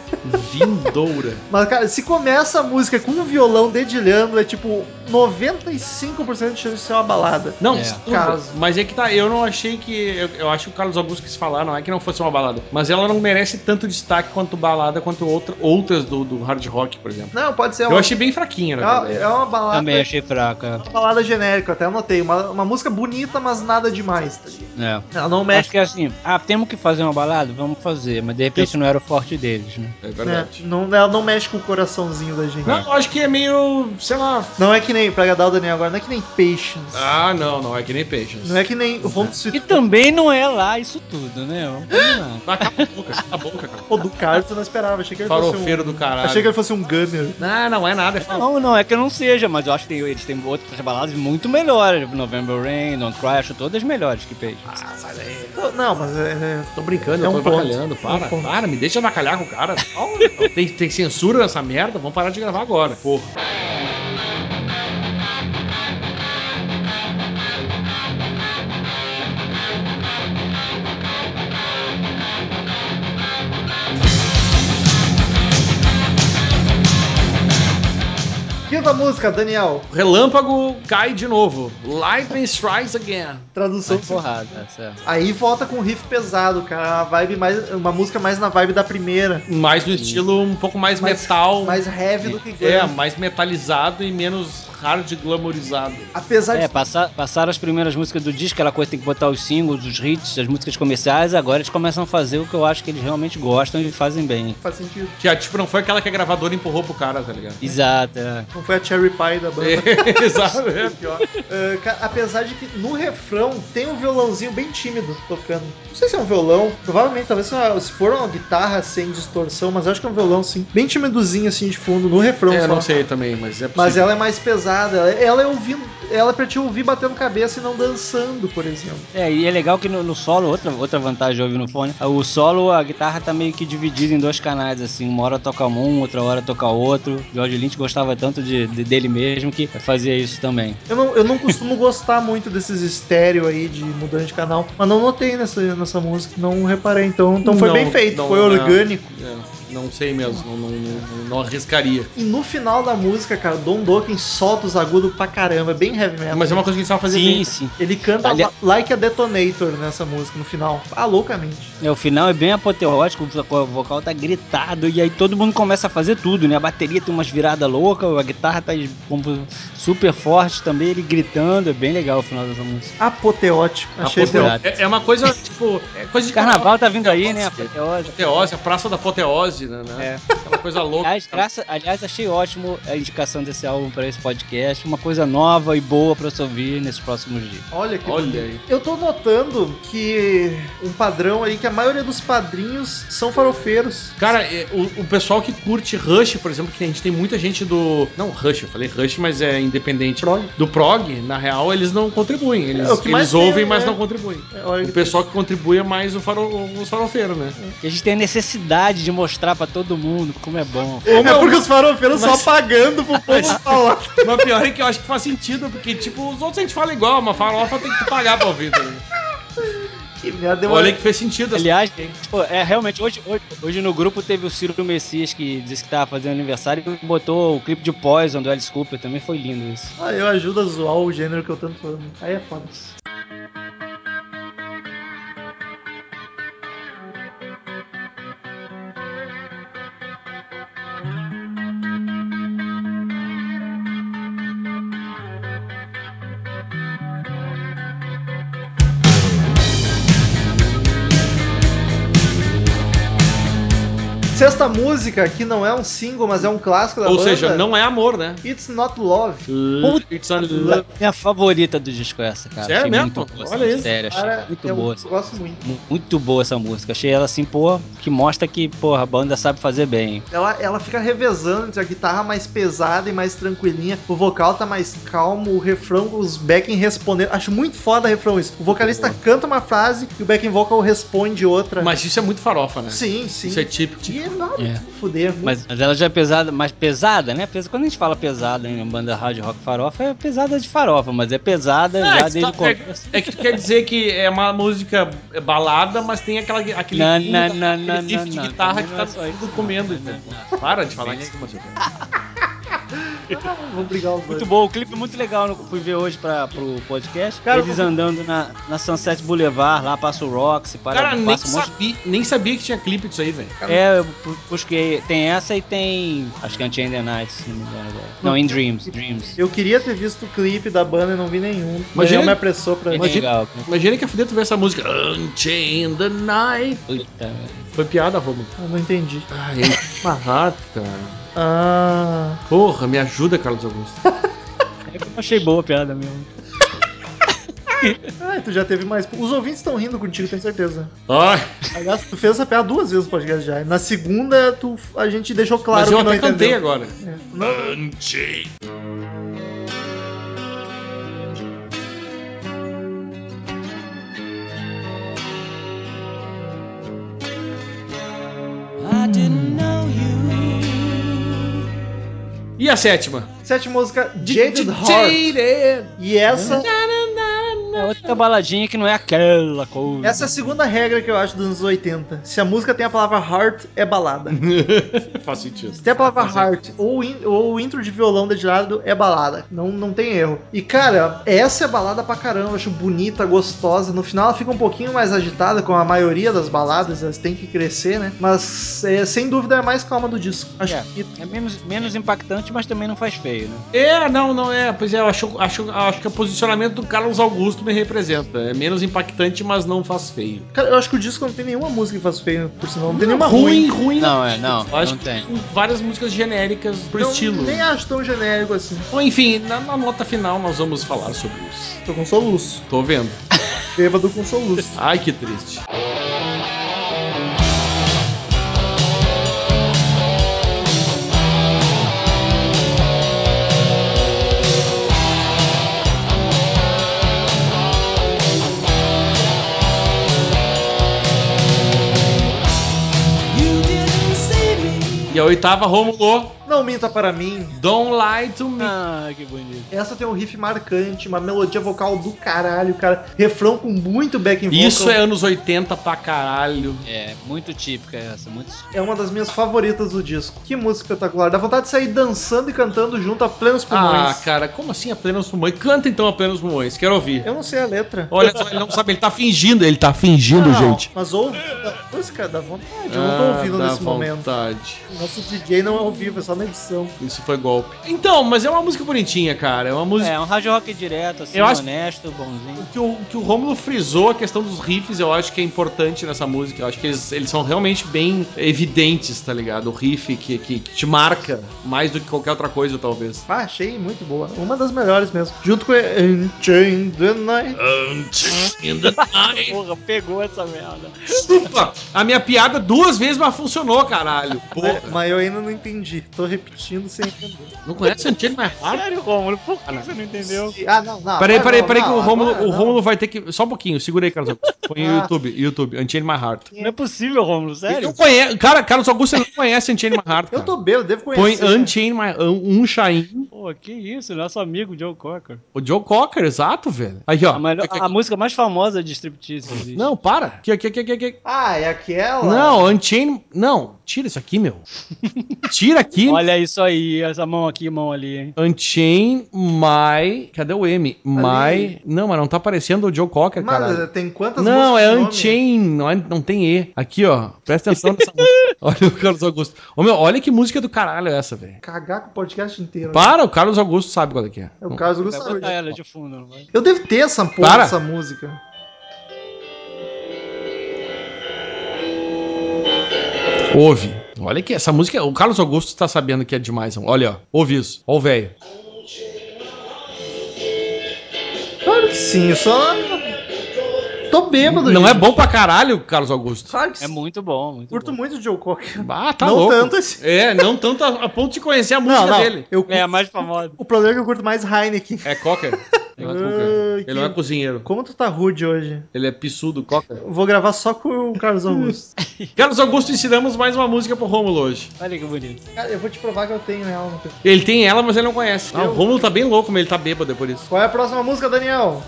Vindoura.
Mas, cara, se começa a música com um violão dedilhando, é tipo 95% de chance de ser uma balada.
Não,
É.
tudo.
Caso.
mas é que tá, eu não achei que. Eu, eu acho que o Carlos Augusto quis falar, não é que não fosse uma balada. Mas ela não merece tanto destaque quanto balada, quanto outra, outras do, do hard rock, por exemplo.
Não, pode ser
Eu
uma,
achei bem fraquinha, né,
é
na
uma-
verdade.
é uma balada.
Também achei fraca.
uma balada genérica, eu até anotei. Uma, uma música bonita, mas nada demais. Tá? ligado?
É.
Ela não
Acho
mexe.
que assim, ah, temos que fazer uma balada? Vamos fazer, mas de repente não era o forte deles, né?
É
né?
verdade.
Não, ela não mexe com o coraçãozinho da gente.
Não,
Não,
eu acho que é meio. sei lá.
é que nem, pra agradar o Daniel agora, não é que nem Patience.
Ah, não, não é que nem peixes.
Não é que nem Home
Que
Sweet
também não é lá isso tudo, né? Vamos combinar.
Ah, cala a boca, cala a boca, cara.
Pô, do Carlos eu não esperava. Achei que ele
Farofeiro
fosse um...
do caralho.
Achei que ele fosse um gunner.
Não, não é nada. É farofa.
Não, não é que eu não seja, mas eu acho que tem- eles têm outras baladas muito melhores. November Rain, Don't Cry, acho todas melhores que Page.
Não, Não, mas é...
Tô brincando,
É
eu
um
tô
ponto.
avacalhando. Para,
É um ponto.
para, me deixa avacalhar com o cara. Não, tem, tem censura nessa merda? Vamos parar de gravar agora. Porra.
Quinta música, Daniel.
Relâmpago cai de novo. Lightning strikes again.
Tradução.
São porrada, certo.
Aí volta com um riff pesado, cara. Uma, vibe mais, uma música mais na vibe da primeira.
Mais no estilo um pouco mais,
Mais-
metal.
Mais heavy do que
é,
glam.
mais metalizado e menos hard glamourizado.
Apesar de
É, passar, passaram as primeiras músicas do disco, aquela coisa tem que botar os singles, os hits, as músicas comerciais, agora eles começam a fazer o que eu acho que eles realmente gostam e fazem bem.
faz sentido.
Que, ah, tipo, não foi aquela que a gravadora empurrou pro cara, tá ligado?
Exato. é.
Não foi a Cherry Pie da banda.
É, Exato. é.
Pior. Ah, ca- apesar de que no refrão tem um violãozinho bem tímido tocando. Não sei se é um violão, provavelmente, talvez se é- se for uma guitarra sem distorção, mas acho que é um violão sim. Bem timidozinho assim de fundo, no refrão
É,
só.
não sei também, mas é
Mas
possível.
ela é mais pesada, ela, ela é ouvindo, ela é pra te ouvir batendo cabeça e não dançando, por exemplo.
É, e é legal que no, no solo, outra, outra vantagem de ouvir no fone, o solo, a guitarra tá meio que dividida em dois canais, assim, uma hora toca um, outra hora toca outro. George Lynch gostava tanto de, de- dele mesmo que fazia isso também.
Eu não, eu não costumo gostar muito desses estéreo aí de mudando de canal, mas não notei nessa, nessa música, não reparei. Então, então foi
Não,
bem feito,
não,
foi
né?
orgânico.
É, não sei mesmo, não, não, não, não arriscaria.
E no final da música, cara, o Don Dokken solta os agudos pra caramba, é bem heavy metal.
Mas é uma coisa que a gente sabe fazer bem.
Sim, sim.
Ele canta
Ali-
Like a Detonator nessa música no final. Ah, loucamente.
É, o final é bem apoteótico, o vocal tá gritado e aí todo mundo começa a fazer tudo, né? A bateria tem umas viradas loucas, a guitarra tá como super forte também, ele gritando, é bem legal o final dessa música.
Apoteótico. Achei
Apoteótico.
bom.
É, é uma coisa, tipo, é coisa de
Carnaval tá vindo aí, né?
Apoteose.
Apoteose.
Apoteose, a praça da apoteose, né?
É.
né? Aquela coisa louca.
Aliás, graça- aliás, achei ótimo a indicação desse álbum pra esse podcast, uma coisa nova e boa pra você ouvir nesses próximos dias.
Olha que
Olha aí.
Eu tô notando que um padrão aí que a maioria dos padrinhos são farofeiros.
Cara, é, o, o pessoal que curte Rush, por exemplo, que a gente tem muita gente do. Não, Rush, eu falei Rush, mas é independente.
Prog.
Do Prog, na real, eles não contribuem. Eles,
É, o que mais
eles
tem,
ouvem,
né?
mas não contribuem.
É, Olha
O
que
pessoal que contribui é mais o faro, os farofeiros, né?
Que a gente tem a necessidade de mostrar pra todo mundo como é bom.
é porque os farofeiros
Mas-
só pagando pro povo falar.
Mas pior é que eu acho que faz sentido, porque, tipo, os outros a gente fala igual, uma farofa tem que pagar pra ouvir. Tá ligado?
Que merda, eu
Olha que fez sentido. assim. essa-
Aliás, pô, é realmente hoje, hoje, hoje no grupo teve o Ciro Messias que disse que tava fazendo aniversário e botou o clipe de Poison do Alice Cooper, também foi lindo isso.
Ah, eu ajudo a zoar o gênero que eu tanto amo. Aí é foda. Sexta música, que não é um single, mas é um clássico da
Ou
banda.
seja, não é amor, né?
It's Not Love.
It's a love.
Minha favorita do disco é essa, cara.
Sério mesmo?
Muito boa,
Olha
assim,
isso. é
Sério, achei
Cara,
muito
eu
boa. assim.
gosto muito.
Mu- Muito boa essa música. Achei ela assim, pô, que mostra que, porra, a banda sabe fazer bem.
Ela, ela fica revezando entre a guitarra mais pesada e mais tranquilinha, o vocal tá mais calmo, o refrão, os backing respondendo. Acho muito foda refrão isso. O vocalista canta uma frase e o backing vocal responde outra.
Mas isso é muito farofa, né?
Sim, sim.
Isso é típico.
E é nada
É.
de fuder. muito.
Mas, mas ela já é pesada, mais pesada, né? Pesa- Quando a gente fala pesada em banda hard rock farofa, é pesada de farofa, mas é pesada
Ah,
já
isso
desde o
tá-
começo.
É que tu quer dizer que é uma música balada, mas tem aquela, aquele,
Não,
riff da-
não, não,
aquele
não,
riff
não,
de
não.
guitarra que
Não
tá
é só isso,
tudo
não,
comendo.
não,
entendeu?
não, não.
Para de falar
Bem
isso, Matheus.
Ah, vou brigar os dois.
Muito bom, o clipe é muito legal. eu Fui ver hoje pra, pro podcast.
Cara,
Eles
eu-
andando na, na Sunset Boulevard, lá passa o Roxy, para,
Cara, nem
passa um monte
sabia, nem sabia que tinha clipe disso aí, velho.
É, eu pu- busquei. Tem essa e tem. Acho que é Unchained the Night, se não me engano agora. Não, In Dreams. Dreams.
Eu queria ter visto o clipe da banda e não vi nenhum. Mas
Imagina-
não me apressou pra
É
ver.
legal.
Imagina que a fuder tu vê essa música. Unchain the Night.
Puta, velho.
Foi piada, Romulo.
Eu não entendi.
Ai, eu uma rata, cara.
Ah.
Porra, me ajuda, Carlos Augusto.
é que eu achei boa a piada mesmo.
Ah, tu já teve mais. Os ouvintes estão rindo contigo, tenho certeza.
Ai,
Aliás, tu fez essa piada duas vezes no podcast já. Na segunda, tu, a gente deixou claro
mas
que
eu
não
até cantei
entendeu. É.
agora.
Não,
Unchained.
I didn't know you.
E a sétima?
Sétima música, Jaded Heart.
Jaded.
E essa,
É outra baladinha que não é aquela coisa.
essa é a segunda regra que eu acho dos anos 80. Se a música tem a palavra heart, é balada.
Uhum. Faz sentido.
Se tem a palavra
Com certeza.
heart ou, in- ou o intro de violão dedilhado, é balada. Não, não tem erro. E cara, essa é balada pra caramba. Eu acho bonita, gostosa. No final ela fica um pouquinho mais agitada, como a maioria das baladas, elas têm que crescer, né? Mas é, sem dúvida é a mais calma do disco. Acho
É.
que
É menos, menos impactante, mas também não faz feio, né?
É, não, não é. Pois é, eu acho, acho, acho que o posicionamento do Carlos Augusto me representa. É menos impactante, mas não faz feio.
Cara, eu acho que o disco não tem nenhuma música que faz feio, por sinal. Não tem nenhuma ruim.
ruim.
Não, é, não.
Eu acho
não
que
tem.
tem várias músicas genéricas pro
Não-
estilo.
Nem acho tão genérico assim.
Bom, enfim, na, na nota final nós vamos falar sobre isso.
Tô com soluço.
Tô vendo.
Bêbado com soluço.
Ai, que triste.
You didn't see me.
E a oitava, Romulo.
Não minta para mim.
Don't lie to me.
Ah, que bonito.
Essa tem um riff marcante, uma melodia vocal do caralho, cara. Refrão com muito backing vocal.
Isso é anos 80 pra caralho.
É, muito típica essa, muito
É uma das minhas favoritas do disco. Que música espetacular. Dá vontade de sair dançando e cantando junto a plenos
Ah,
pulmões.
cara, como assim apenas pulmões? Canta então apenas pulmões, quero ouvir.
Eu não sei a letra.
Olha só, ele não sabe, ele tá fingindo, ele tá fingindo,
Não,
gente.
Mas ouve a música, dá vontade. Eu não tô ouvindo
Ah, dá
nesse momento.
vontade.
Nosso DJ não é ao vivo, é só na edição.
Isso foi golpe. Então, mas é uma música bonitinha, cara. É uma música.
É, um hard rock direto, assim,
Eu acho-
honesto, bonzinho.
Que o, que o Romulo frisou a questão dos riffs, eu acho que é importante nessa música. Eu acho que eles, eles são realmente bem evidentes, tá ligado? O riff que, que, que te marca mais do que qualquer outra coisa, talvez.
Ah, achei muito boa. Uma das melhores mesmo. Junto com Unchained the Night.
Porra, pegou essa merda.
Chupa! A minha piada duas vezes, mas funcionou, caralho. Porra.
Mas eu ainda não entendi. Tô repetindo sem entender.
Não conhece o Unchained My Heart?
Sério, Romulo, por que
Ah, não.
você não entendeu?
Ah, não, não.
Peraí, peraí,
não,
peraí, que
não,
o Romulo,
agora
o
não.
Romulo vai ter que. Só um pouquinho, segura aí, Carlos Augusto. Põe o
Ah.
YouTube, YouTube, Unchained My Heart.
Não é possível, Romulo,
Ele
sério?
não conhece. Cara, Carlos Augusto ele não conhece Unchained My Heart.
Eu
cara.
tô bêbado, devo
Põe
conhecer.
Unchained My um Shain.
Pô, que isso, nosso amigo Joe Cocker.
O Joe Cocker, exato, velho. Aí, ó.
A, melhor-
Aqui,
a
aqui.
música mais famosa de striptease que existe.
Não, para. Aqui, aqui, aqui, aqui, aqui.
Ah, é aquela?
Não, Unchained. Não, tira isso aqui, meu. Tira aqui.
Olha isso aí, essa mão aqui, mão ali, hein?
Unchain My. Cadê o M? My.
Ali.
Não, mas não tá aparecendo o Joe Cocker,
Mas
cara.
tem quantas
Não,
músicas
é
de nome?
Unchain, não, é- não tem E. Aqui, ó, presta atenção nessa música. Olha o Carlos Augusto. Ô, meu, olha que música do caralho é essa, velho.
Cagar com o podcast inteiro. né?
Para, o Carlos Augusto sabe qual é que é.
É o caso do
Vai
Gustavo.
botar ela de fundo, não vai?
Eu devo ter essa porra
Para.
dessa música.
Ouve. Ó, Olha que essa música. O Carlos Augusto tá sabendo que é demais. ó. Olha, ó. Ouve isso. Ó o velho.
Claro que sim, eu só. Tô bêbado,
Não é
gente.
bom pra caralho, Carlos Augusto.
Claro que
É
sim.
muito bom, muito
Curto
bom.
muito o Joe Cocker.
Ah, tá
não
louco.
tanto assim.
É, não tanto a, a ponto de conhecer a música
Não, não.
dele.
Eu,
É a mais famosa.
O problema é que eu curto mais Heineken.
É Cocker. Não é Cocker.
Ai,
Ele não é
que-
cozinheiro.
Como tu tá rude hoje?
Ele é pissudo, Cocker.
Eu Vou gravar só com o Carlos Augusto.
Carlos Augusto, ensinamos mais uma música pro Rômulo hoje.
Olha que bonito.
Cara, eu vou te provar que eu tenho real. no teu-
Ele tem ela, mas ele não conhece. Ah, o
Eu-
Rômulo tá bem louco, mas ele tá bêbado é por isso.
Qual é a próxima música, Daniel?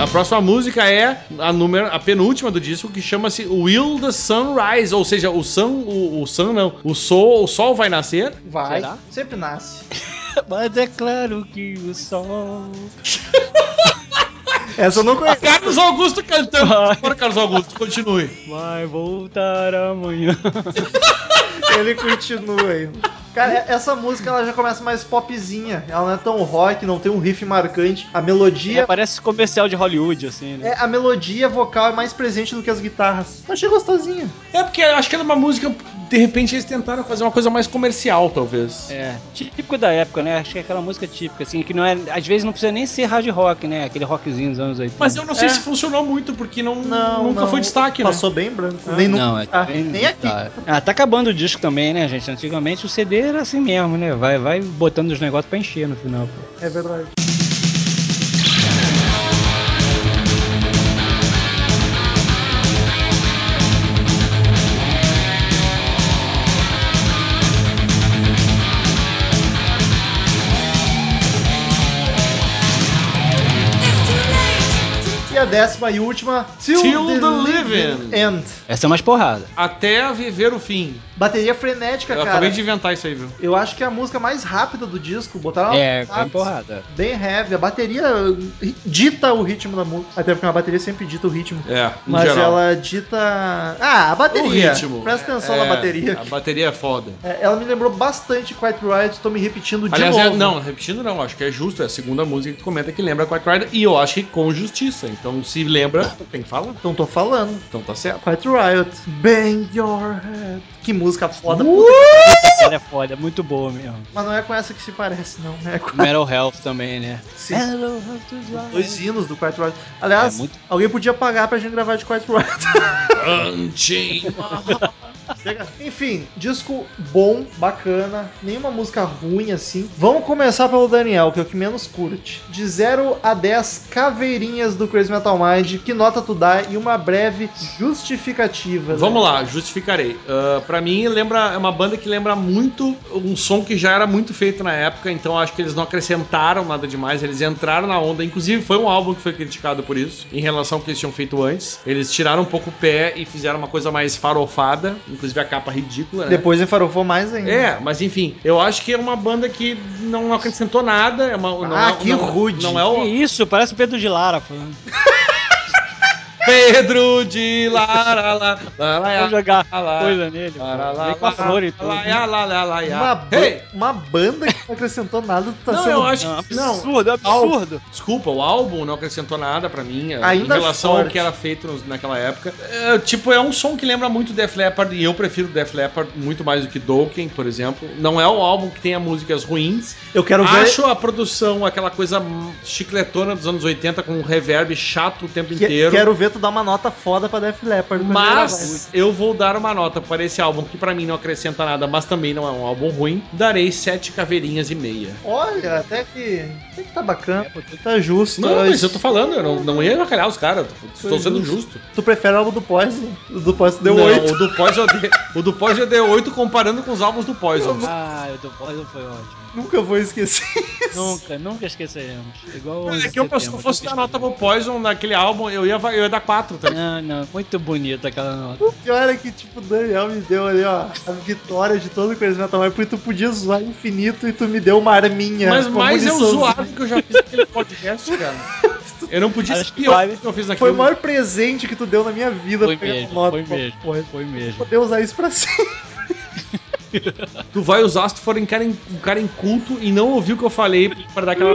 A próxima música é a número, a penúltima do disco que chama-se Will the Sunrise, ou seja, o sun, o, o sun não, o sol, o sol vai nascer.
Vai.
Será?
Sempre nasce.
Mas é claro que o sol.
Essa eu não conheço.
É Carlos Augusto cantando. Agora Carlos Augusto, continue.
Vai voltar amanhã.
Ele continua aí. Cara, é- essa música ela já começa mais popzinha. Ela não é tão rock, não tem um riff marcante. A
É,
melodia.
parece comercial de Hollywood, assim, né?
É, a melodia vocal é mais presente do que as guitarras. Eu achei gostosinha.
É porque eu acho que era uma música, de repente eles tentaram fazer uma coisa mais comercial, talvez.
É, típico da época, né? Acho que é aquela música típica, assim, que não é. Às vezes não precisa nem ser hard rock, né? Aquele rockzinho dos anos 80.
Mas eu não sei
É.
se funcionou muito, porque não,
Não,
nunca
não.
foi destaque, né?
Passou bem branco. Nem nunca.
Não, é
Ah,
bem-
nem aqui.
Tá. Ah, tá acabando o disco também, né, gente? Antigamente o CD era assim mesmo, né? Vai, vai botando os negócios pra encher no final. pô.
É verdade. E a décima e última, Till,
Till
the,
the
Living,
Living.
End.
Essa é mais porrada.
Até viver o fim.
Bateria frenética,
Eu
cara.
acabei de inventar isso aí, viu?
Eu acho que é a música mais rápida do disco. Botaram
é,
uma-
foi porrada.
bem heavy. A bateria dita o ritmo da música. Até porque uma bateria sempre dita o ritmo.
É, no
Mas
geral.
ela dita. Ah, a bateria.
O ritmo.
Presta atenção
É,
na bateria.
A bateria é foda.
É, Ela me lembrou bastante Quiet Riot, tô me repetindo de
Aliás, é-
novo.
não, repetindo não, acho que é justo, é a segunda música que tu comenta que lembra com a Rider, e eu acho que com justiça, então se lembra, tem que falar,
Então tô falando. É,
então tá certo.
Quiet Riot. Bang your head. Que música foda.
Uh!
puta.
Essa cara é foda, é muito boa mesmo.
Mas não é com essa que se parece, não. É com
Metal Health também, né?
Sim. é.
Metal Health to Drive.
dois hinos do Quiet Riot. Aliás,
É muito-
alguém podia pagar pra gente gravar de Quiet Riot.
Unchained.
Chega. Enfim, disco bom, bacana, nenhuma música ruim assim. Vamos começar pelo Daniel, que é o que menos curte. De 0 a 10 caveirinhas do Crazy Metal Mind, que nota tu dá e uma breve justificativa. né?
Vamos lá, justificarei. Ah, pra mim, lembra, é uma banda que lembra muito um som que já era muito feito na época, então acho que eles não acrescentaram nada demais, eles entraram na onda. Inclusive, foi um álbum que foi criticado por isso, em relação ao que eles tinham feito antes. Eles tiraram um pouco o pé e fizeram uma coisa mais farofada, inclusive a capa ridícula, né?
Depois enfarofou mais ainda.
É, mas enfim, eu acho que é uma banda que não acrescentou nada. É uma, não
Ah,
é,
que
não,
rude.
Não é
Que
o
isso, parece o Pedro de Lara falando.
Pedro de Lara, lá, lá, lá,
Vamos
lá,
jogar
lá, lá,
coisa nele.
É. lá, lá,
pô.
lá,
Vem com a flor e tudo.
lá, lá, lá, lá, lá,
Uma,
lá.
ba-
é, Ei,
uma banda que não acrescentou nada, tu tá
Não,
sendo.
eu acho
Não,
que. Não,
É um absurdo, absurdo.
desculpa, o álbum não acrescentou nada pra mim eh,
Ainda
em relação ao
forte.
que era feito nos- naquela época. É, tipo, é um som que lembra muito Def Leppard e eu prefiro Def Leppard muito mais do que Dokken, por exemplo. Não é um álbum que tenha músicas ruins,
Eu quero ver.
Acho a produção aquela coisa chicletona dos anos 80 com um reverb chato o tempo
que- é-
inteiro.
Quero ver tu dar uma nota foda pra Def Leppard. quando gravar.
Mas eu vou dar uma nota para esse álbum que pra mim não acrescenta nada, mas também não é um álbum ruim. Darei sete caveirinhas e meia.
Olha, até que. Até que tá bacana.
pô, tu-
Tá justo.
Não, mas eu tô falando, eu não, não ia avacalhar os caras. Estou
Foi
sendo
justo.
justo.
Tu prefere o álbum do Poison? O do Poison deu
Não,
8.
O do Poison eu dei, o do Poison eu dei 8 comparando com os álbuns do Poison.
Ah, eu tô poison foi ótimo.
Nunca vou esquecer.
Nunca, nunca esqueceremos. Igual o 11
É
de
que eu, se eu
setembro,
fosse
nunca
dar nota pro
esqueceremos.
Poison naquele álbum, eu ia, va- eu ia dar 4, tá ligado?
Não, não, muito bonita aquela nota.
O pior é que, tipo, o Daniel me deu ali, ó, a vitória de todo o Crazy Metal Mind, porque tu podia zoar infinito e tu me deu uma arminha. Tipo,
Mas
uma
mais eu
muniçãozinha.
zoado que eu já fiz naquele podcast, cara. Eu não podia ser
Acho que
pior
vale.
do que eu fiz
Foi
naquele.
o maior presente que tu deu na minha vida
Foi
pegar
mesmo,
nota
foi
pra
mesmo,
porra.
foi
Vou
mesmo.
Poder usar isso pra sempre.
Tu vai usar se tu for um cara, in- um cara inculto e não ouviu o que eu falei pra dar aquela.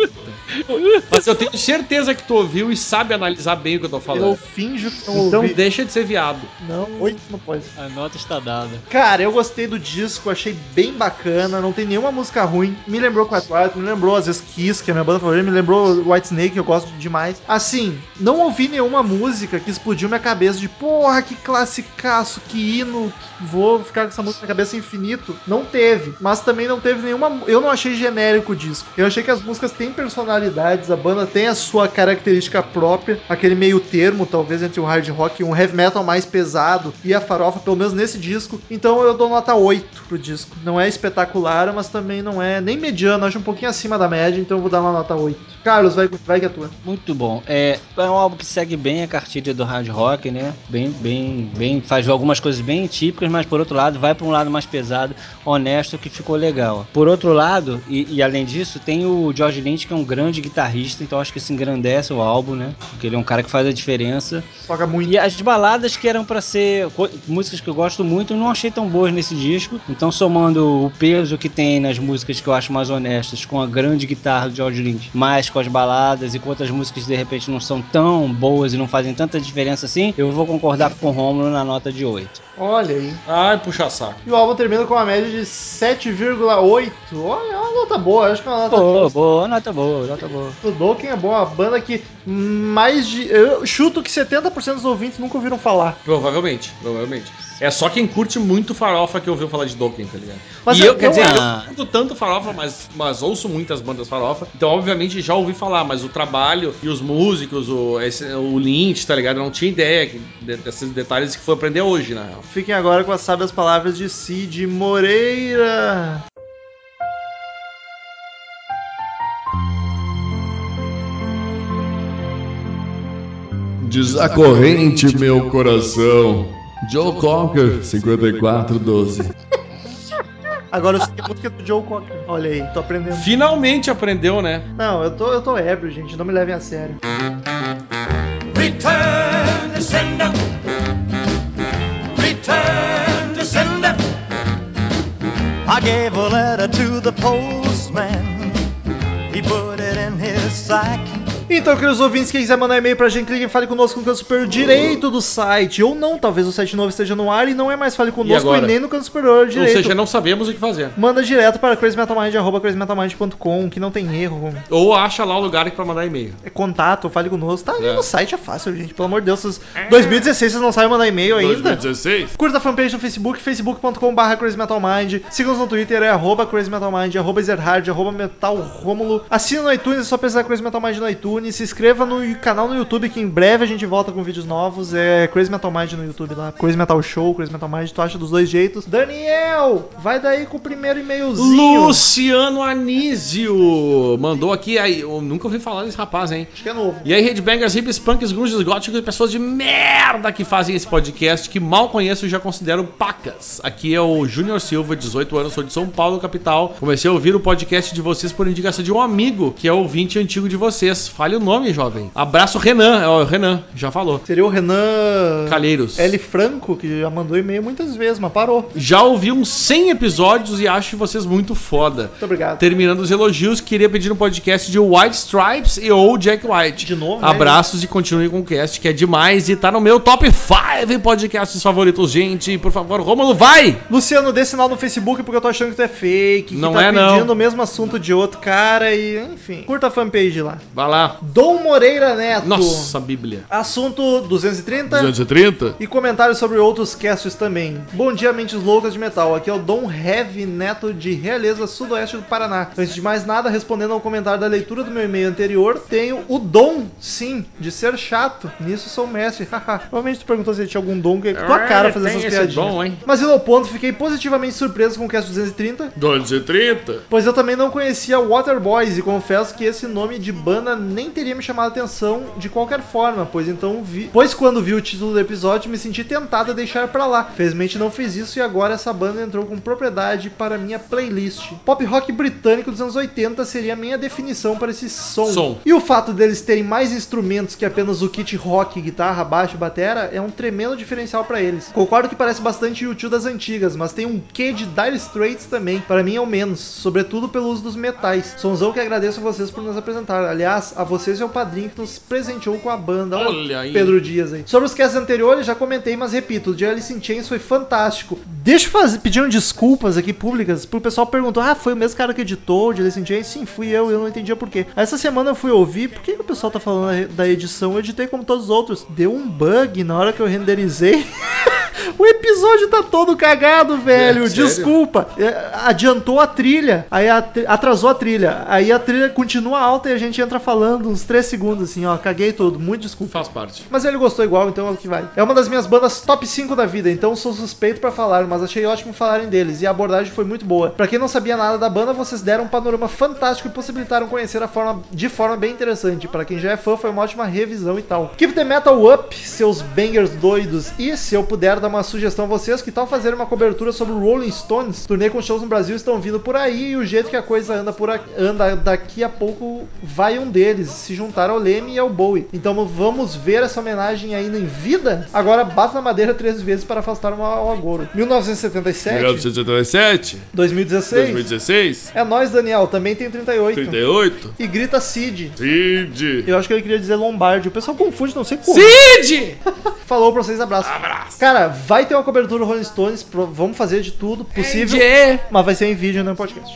Mas eu tenho certeza que tu ouviu e sabe analisar bem o que eu tô
Eu
falando.
finjo que não
Então
ouvi.
deixa de ser viado.
Não, oito não pode.
A nota está dada.
Cara, eu gostei do disco, achei bem bacana, não tem nenhuma música ruim. Me lembrou Quiet Riot, me lembrou às vezes Kiss, que é a minha banda favorita, me lembrou White Snake, eu gosto demais. Assim, não ouvi nenhuma música que explodiu minha cabeça de porra, que classicaço, que hino, que vou ficar com essa música na cabeça infinito. Não teve, mas também não teve nenhuma. Eu não achei genérico o disco. Eu achei que as músicas têm personalidades, a banda tem a sua característica própria, aquele meio termo, talvez, entre o hard rock e um heavy metal mais pesado e a farofa, pelo menos nesse disco. Então eu dou nota 8 pro disco. Não é espetacular, mas também não é nem mediano, acho um pouquinho acima da média, então eu vou dar uma nota 8. Carlos, vai, vai que é tua.
Muito bom. É, é um álbum que segue bem a cartilha do hard rock, né? Bem, bem, bem. Faz algumas coisas bem típicas, mas por outro lado, vai para um lado mais pesado, honesto, que ficou legal. Por outro lado, e, e além disso, tem o George Lynch, que é um grande guitarrista, então acho que se engrandece o álbum, né? Porque ele é um cara que faz a diferença.
Toca muito.
E as baladas que eram pra ser co- músicas que eu gosto muito, eu não achei tão boas nesse disco. Então, somando o peso que tem nas músicas que eu acho mais honestas, com a grande guitarra do George Lynch, mais com as baladas e com outras músicas que de repente não são tão boas e não fazem tanta diferença assim, eu vou concordar com o Romulo na nota de 8.
Olha aí.
Ai, puxa saco.
E o álbum termina com uma média de 7,8. Olha, é uma nota boa, acho que é uma nota
Boa, boa, nota boa, nota boa.
O Dokken é bom, a banda que mais de. Eu chuto que 70% dos ouvintes nunca ouviram falar.
Provavelmente, provavelmente. É só quem curte muito farofa que ouviu falar de Dokken, tá ligado?
Mas
e
eu-
eu, quer
eu-
dizer, eu
Ah.
não curto tanto farofa, mas, mas ouço muitas bandas farofa. Então, obviamente, já ouvi falar, mas o trabalho e os músicos, o, esse- o Lynch, tá ligado? Eu não tinha ideia que- de- desses detalhes que foi aprender hoje, na real.
Fiquem agora com as sábias palavras de Cid Moreira.
Diz a corrente, meu coração. Joe Cocker, 5412.
Agora eu sei a música do Joe Cocker. Olha aí, tô aprendendo.
Finalmente aprendeu, né?
Não, eu tô, eu tô ébrio, gente, não me levem a sério.
Return to sender. Return to sender. I gave a letter to the postman. He put it in his sack.
Então, queridos ouvintes, quem quiser mandar e-mail pra gente, clique em Fale Conosco no canto superior direito do site. Ou não, talvez o site novo esteja no ar e não é mais Fale Conosco e,
agora?
nem no canto superior
Ou
direito.
seja, não sabemos o que fazer.
Manda direto para crazymetalmind, arroba crazymetalmind.com, que não tem erro.
Ou acha lá o lugar pra mandar e-mail.
É contato, fale conosco. Tá ali
É.
no site, é fácil, gente. Pelo amor de Deus. Vocês... 2016, vocês não sabem mandar e-mail ainda?
2016?
Curta a fanpage no Facebook, facebook.com.br crazymetalmind. Siga-nos no Twitter, é arroba crazymetalmind, arroba zerhard, arroba metalromulo. Assina no iTunes, é só pesquisar Crazy Metal Mind no iTunes. Se inscreva no canal no YouTube, que em breve a gente volta com vídeos novos. É Crazy Metal Mind no YouTube lá. Crazy Metal Show, Crazy Metal Mind, tu acha dos dois jeitos. Daniel, vai daí com o primeiro e-mailzinho.
Luciano Anísio mandou aqui. Aí, eu nunca ouvi falar desse rapaz, hein?
Acho que é novo.
E aí, headbangers, hippies, punks, grunges, góticos e pessoas de merda que fazem esse podcast que mal conheço e já considero pacas. Aqui é o Júnior Silva, 18 anos, sou de São Paulo, capital. Comecei a ouvir o podcast de vocês por indicação de um amigo que é ouvinte antigo de vocês. Fale o nome, jovem. Abraço, Renan. É o Renan, já falou.
Seria o Renan.
Calheiros.
L. Franco, que já mandou e-mail muitas vezes, mas parou.
Já ouvi uns 100 episódios e acho vocês muito foda.
Muito obrigado.
Terminando os elogios, queria pedir um podcast de White Stripes e ou Jack White.
De novo, né?
Abraços e continue com o cast, que é demais e tá no meu top 5 podcasts favoritos, gente. Por favor, Romulo, vai!
Luciano, dê sinal no Facebook porque eu tô achando que tu é fake.
Não
que tá
é, não.
pedindo o mesmo assunto de outro cara e, enfim. Curta a fanpage lá.
Vai lá.
Dom Moreira Neto.
Nossa, Bíblia.
Assunto 230.
230?
E comentários sobre outros casts também. Bom dia, mentes loucas de metal. Aqui é o Dom Heavy Neto de Realeza, Sudoeste do Paraná. Antes de mais nada, respondendo ao comentário da leitura do meu e-mail anterior, tenho o dom, sim, de ser chato. Nisso sou mestre. haha. Provavelmente tu perguntou se ele tinha algum dom, que é tua
Ah,
cara fazer
tem
essas
esse
piadinhas.
dom, hein?
Mas indo ao ponto, fiquei positivamente surpreso com o cast 230,
230?
pois eu também não conhecia Waterboys e confesso que esse nome de banda nem nem teria me chamado a atenção de qualquer forma, pois então vi, pois quando vi o título do episódio me senti tentado a deixar pra lá. Felizmente não fiz isso e agora essa banda entrou com propriedade para minha playlist. Pop rock britânico dos anos 80 seria a minha definição para esse som.
Som.
E o fato deles terem mais instrumentos que apenas o kit rock, guitarra, baixo, e batera é um tremendo diferencial pra eles. Concordo que parece bastante YouTube das antigas, mas tem um quê de Dire Straits também. Para mim é o menos, sobretudo pelo uso dos metais. Sonzão que agradeço a vocês por nos apresentar. Aliás, a vocês é o padrinho que nos presenteou com a banda.
Olha aí.
Pedro Dias aí. Sobre os casts anteriores, já comentei, mas repito, o de Alice in Chains foi fantástico. Deixa eu fazer, pedindo desculpas aqui públicas, pro pessoal perguntou, ah, foi o mesmo cara que editou o de Alice in Chains? Sim, fui eu, eu não entendia por quê. Essa semana eu fui ouvir, por que que o pessoal tá falando da edição? Eu editei como todos os outros. Deu um bug na hora que eu renderizei. O episódio tá todo cagado, velho.
É, sério?
Desculpa. É, Adiantou a trilha, aí a tri- atrasou a trilha. Aí a trilha continua alta e a gente entra falando uns 3 segundos, assim, ó. Caguei todo. Muito desculpa.
Faz parte.
Mas ele gostou igual, então é o que vai. É uma das minhas bandas top 5 da vida, então sou suspeito pra falar, mas achei ótimo falarem deles e a abordagem foi muito boa. Pra quem não sabia nada da banda, vocês deram um panorama fantástico e possibilitaram conhecer a forma de forma bem interessante. Pra quem já é fã, foi uma ótima revisão e tal. Keep the Metal Up, seus bangers doidos. E se eu puder dar uma sugestão a vocês, que tal fazer uma cobertura sobre o Rolling Stones? Turnê com shows no Brasil estão vindo por aí e o jeito que a coisa anda por aqui, anda daqui a pouco vai um deles se juntar ao Leme e ao Bowie. Então vamos ver essa homenagem ainda em vida? Agora bata na madeira três vezes para afastar o ao agouro. 1977,
1977,
2016.
2016,
É nós, Daniel, também tem 38.
38,
E grita Cid.
Cid.
Eu acho que ele queria dizer Lombardi. O pessoal confunde, não sei como.
Cid!
Falou pra vocês, abraço.
Abraço.
Cara, vai ter uma cobertura do Rolling Stones, pro- vamos fazer de tudo possível, mas vai ser em vídeo, não em podcast.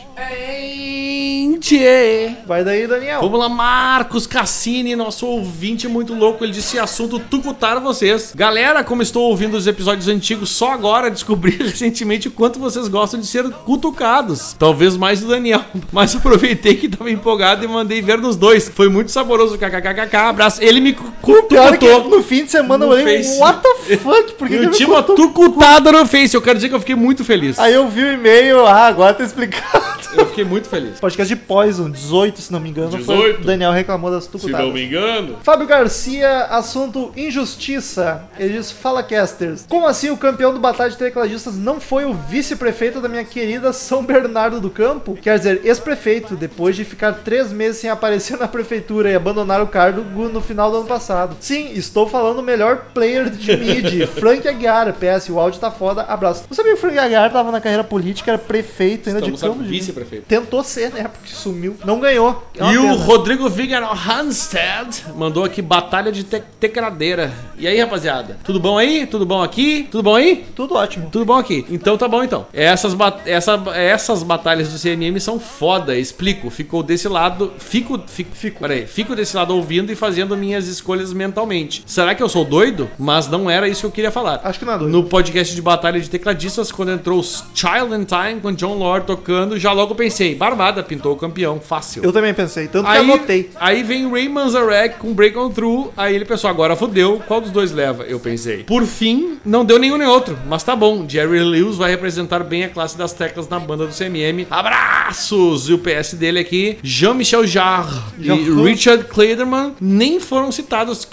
Vai daí, Daniel.
Vamos lá, Marcos Cassini, nosso ouvinte muito louco. Ele disse assunto tucutar vocês. Galera, como estou ouvindo os episódios antigos só agora, descobri recentemente o quanto vocês gostam de ser cutucados. Talvez mais do Daniel, mas aproveitei que estava empolgado e mandei ver nos dois. Foi muito saboroso. KKKK, abraço. Ele me
Pior que
cutucutou.
no fim de semana eu
No
olhei,
Face.
what the fuck? Por que
E
que
o
eu
time uma tucutada no Face. Eu quero dizer que eu fiquei muito feliz.
Aí eu vi o e-mail, ah, agora tá explicado.
Eu fiquei muito feliz.
Podcast de Poison, 18, se não me engano. foi-
18?
O Daniel reclamou das
Se não
tucutadas.
me engano,
Fábio Garcia, assunto injustiça. Ele diz: Fala, casters. Como assim o campeão do Batalha de Tecladistas não foi o vice-prefeito da minha querida São Bernardo do Campo? Quer dizer, ex-prefeito, depois de ficar três meses sem aparecer na prefeitura e abandonar o cargo no final do ano passado. Sim, estou falando o melhor player de mid, Frank Aguiar. PS, o áudio tá foda, abraço. Não sabia que o Frank Aguiar tava na carreira política, era prefeito ainda
Estamos
de
a
campo de Mid.
vice-prefeito.
Tentou ser, né? Porque sumiu. Não ganhou. É uma
E o
pena.
Rodrigo Vigar Hanstead mandou aqui Batalha de Te- Tecradeira. E aí, rapaziada? Tudo bom aí? Tudo bom aqui? Tudo bom aí?
Tudo ótimo.
Tudo bom aqui? Então tá bom então. Essas, ba- essa- essas batalhas do CNM são foda, explico. Ficou desse lado. Fico. Fico. fico. Peraí, fico desse lado ouvindo e fazendo minhas escolhas mentalmente. Será que eu sou doido? Mas não era isso que eu queria falar.
Acho que não é doido.
No podcast de batalha de tecladistas, quando entrou os Child in Time com John Lord tocando, já logo pensei, barbada, pintou o campeão, fácil.
Eu também pensei, tanto
Aí,
que anotei.
aí vem Ray Manzarek com Break On Through. Aí ele pensou, agora fodeu, qual dos dois leva? Eu pensei. Por fim, não deu nenhum nem outro. Mas tá bom, Jerry Lewis vai representar bem a classe das teclas na banda do CMM. Abraços! E o PS dele aqui, Jean-Michel Jarre e
Jarre.
Richard Clayderman nem foram citados.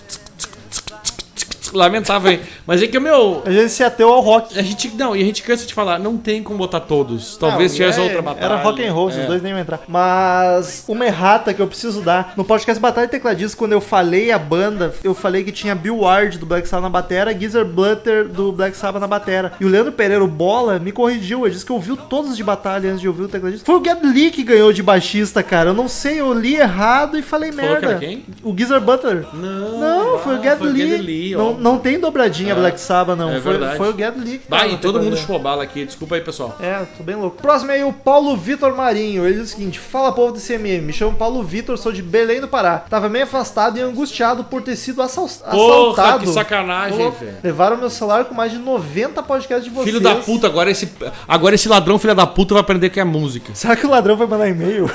Lamentável, hein? Mas é que, meu,
A gente se ateu ao rock.
a gente, não, e a gente cansa de falar, não tem como botar todos. Talvez tivesse
é,
outra batalha.
Era rock and roll, esses
É.
dois nem iam entrar. Mas uma errata que eu preciso dar. No podcast Batalha de Tecladistas, quando eu falei a banda, eu falei que tinha Bill Ward do Black Sabbath na batera, Geezer Blutter do Black Sabbath na batera. E o Leandro Pereira, o Bola, me corrigiu. Ele disse que ouviu todos os de batalha antes de ouvir o tecladista. Foi o Get Lee que ganhou de baixista, cara. Eu não sei, eu li errado e falei
Falou que
merda.
era quem?
O Geezer Butler.
Não,
Não, foi o Get Lee. não,
ó.
não tem dobradinha
É.
Black Sabbath, não.
É
foi,
verdade.
foi o Get Lee. que
Vai,
tava
todo mundo
tecladando.
chupou bala aqui. Desculpa aí, pessoal.
É, tô bem louco. Próximo aí o Paulo Vitor Marinho. Ele diz o seguinte: Fala povo do CMM, me chamo Paulo Vitor, sou de Belém do Pará. Tava meio afastado e angustiado por ter sido assal-
Porra,
Tá assaltado.
que sacanagem,
Louco.
velho.
Levaram meu celular com mais de 90 podcasts de vocês.
Filho da puta, agora esse, agora esse ladrão, filho da puta, vai aprender que é música.
Será que o ladrão vai mandar e-mail?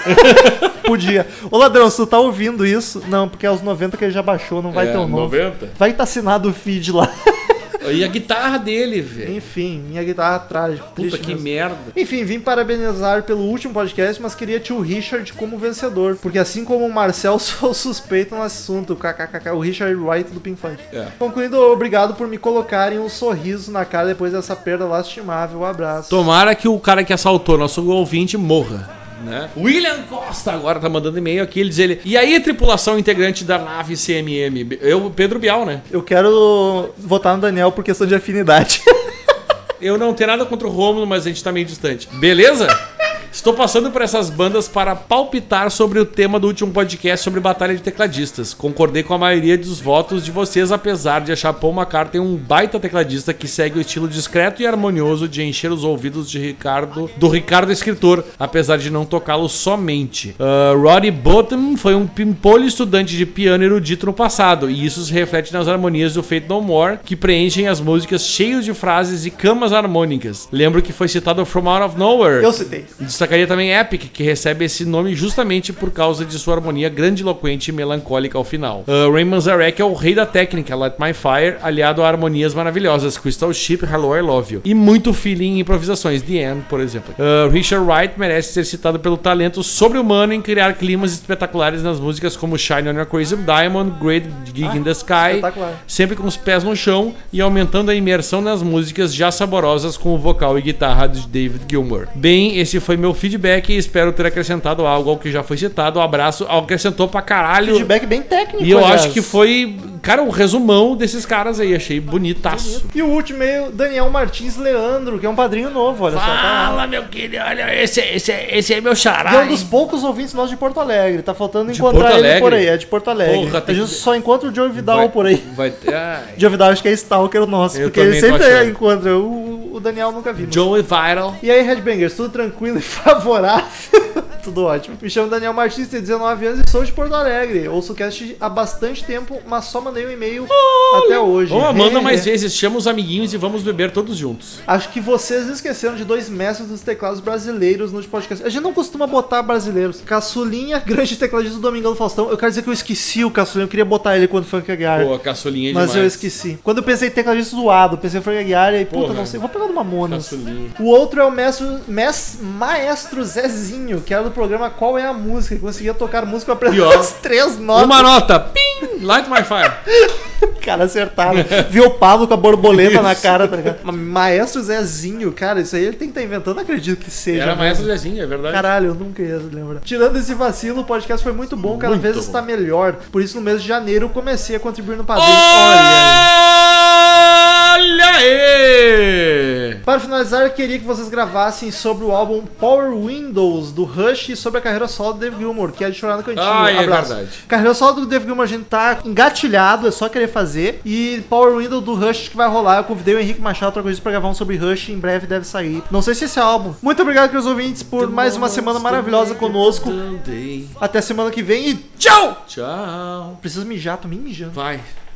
Podia. Ô ladrão, se tu tá ouvindo isso. Não, porque é os 90 que ele já baixou, não vai
É,
ter o nome.
90.
Vai estar assinado o feed lá.
E a guitarra dele, velho.
Enfim, minha guitarra trágica.
Puta
triste
que
mesmo.
merda.
Enfim, vim parabenizar pelo último podcast, mas queria tio Richard como vencedor. Porque assim como o Marcel, sou suspeito no assunto. KKKK, o Richard Wright do Pink Funk.
É.
Concluindo, obrigado por me colocarem um sorriso na cara depois dessa perda lastimável. Abraço.
Tomara que o cara que assaltou nosso ouvinte morra. Né? William Costa agora tá mandando e-mail aqui. Ele diz ele. E aí, tripulação integrante da nave CMM? Eu, Pedro Bial, né?
Eu quero votar no Daniel por questão de afinidade.
Eu não tenho nada contra o Rômulo, mas a gente tá meio distante. Beleza? Estou passando por essas bandas para palpitar sobre o tema do último podcast sobre Batalha de Tecladistas. Concordei com a maioria dos votos de vocês, apesar de achar Paul McCartney um baita tecladista que segue o estilo discreto e harmonioso de encher os ouvidos de Ricardo, do Ricardo Escritor, apesar de não tocá-lo somente. Ah, Roddy Bottom foi um pimpolho estudante de piano erudito no passado, e isso se reflete nas harmonias do Fate No More, que preenchem as músicas cheios de frases e camas harmônicas. Lembro que foi citado From Out of Nowhere.
Eu citei.
E Destacaria também Epic, que recebe esse nome justamente por causa de sua harmonia grandiloquente e melancólica ao final. Uh, Raymond Zarek é o rei da técnica, Light My Fire, aliado a harmonias maravilhosas, Crystal Ship, Hello, I Love You, e muito feeling em improvisações, The End, por exemplo. Uh, Richard Wright merece ser citado pelo talento sobre-humano em criar climas espetaculares nas músicas como Shine on Your Crazy Diamond, Great Gig in the Sky,
espetacular.
sempre com os pés no chão e aumentando a imersão nas músicas já saborosas com o vocal e guitarra de David Gilmour. Bem, esse foi meu feedback e espero ter acrescentado algo ao que já foi citado. Um abraço, acrescentou pra caralho.
Feedback bem técnico.
e eu
aliás.
acho que foi, cara, um resumão desses caras aí. Achei bonitaço.
E o último e-mail, Daniel Martins Leandro, que é um padrinho novo, olha só. Tá lá.
meu querido, olha, esse, esse, esse é meu xará.
E é um dos poucos ouvintes nossos de Porto Alegre. Tá faltando
De
encontrar
Porto
ele
Alegre?
por aí. É de Porto Alegre.
Porra,
a
tem
gente
que-
só encontra o Joe Vidal um por aí.
Vai ter. ai.
Joe Vidal acho que é stalker nosso,
Eu
porque ele
também tô
sempre
achando.
encontra. O, o Daniel nunca viu.
Joey Viral.
E aí, Headbangers, tudo tranquilo e favorável? tudo ótimo. Me chamo Daniel Martins, tenho 19 anos e sou de Porto Alegre. Ouço o cast há bastante tempo, mas só mandei um e-mail até hoje.
Vamos, manda mais
É.
vezes, chama os amiguinhos e vamos beber todos juntos.
Acho que vocês esqueceram de dois mestres dos teclados brasileiros no podcast. A gente não costuma botar brasileiros. Caçulinha, grande tecladista do Domingão do Faustão. Eu quero dizer que eu esqueci o Caçulinha, eu queria botar ele quando Frank Aguiar.
Pô, a caçulinha é
mas
demais.
eu esqueci. Quando eu pensei em tecladista zoado, pensei em Frank Aguiar e aí, puta,
Porra.
não sei. Vou pegar do Mamonas.
Caçulinha.
O outro é o mestre, mes- maestro Zezinho, que era do programa Qual é a Música, que conseguia tocar música pra
Pior.
as três notas.
Uma nota. Pim! Light my fire.
Cara, acertaram. Viu o Pablo com a borboleta na cara, tá ligado? Ma- Maestro Zezinho, cara, isso aí ele tem que estar inventando, não acredito que seja.
Era
né?
maestro Zezinho, é verdade.
Caralho, eu nunca ia lembrar. Tirando esse vacilo, o podcast foi muito bom, cada
Muito
vez
bom.
está melhor. Por isso, no mês de janeiro, eu comecei a contribuir no Padrim. Olha aí.
Olha aí!
Para finalizar, eu queria que vocês gravassem sobre o álbum Power Windows do Rush e sobre a carreira solo do Dave Gilmour, que é de chorar no cantinho.
Ah, é
Abraço.
verdade.
Carreira solo do Dave Gilmour a gente tá engatilhado, é só querer fazer. E Power Windows do Rush que vai rolar. Eu convidei o Henrique Machado outra coisa pra gravar um sobre Rush, em breve deve sair. Não sei se esse é álbum. Muito obrigado, queridos ouvintes, por mais uma semana maravilhosa conosco. Até semana que vem e
Tchau! Tchau.
preciso mijar, tô me mijando.
Vai.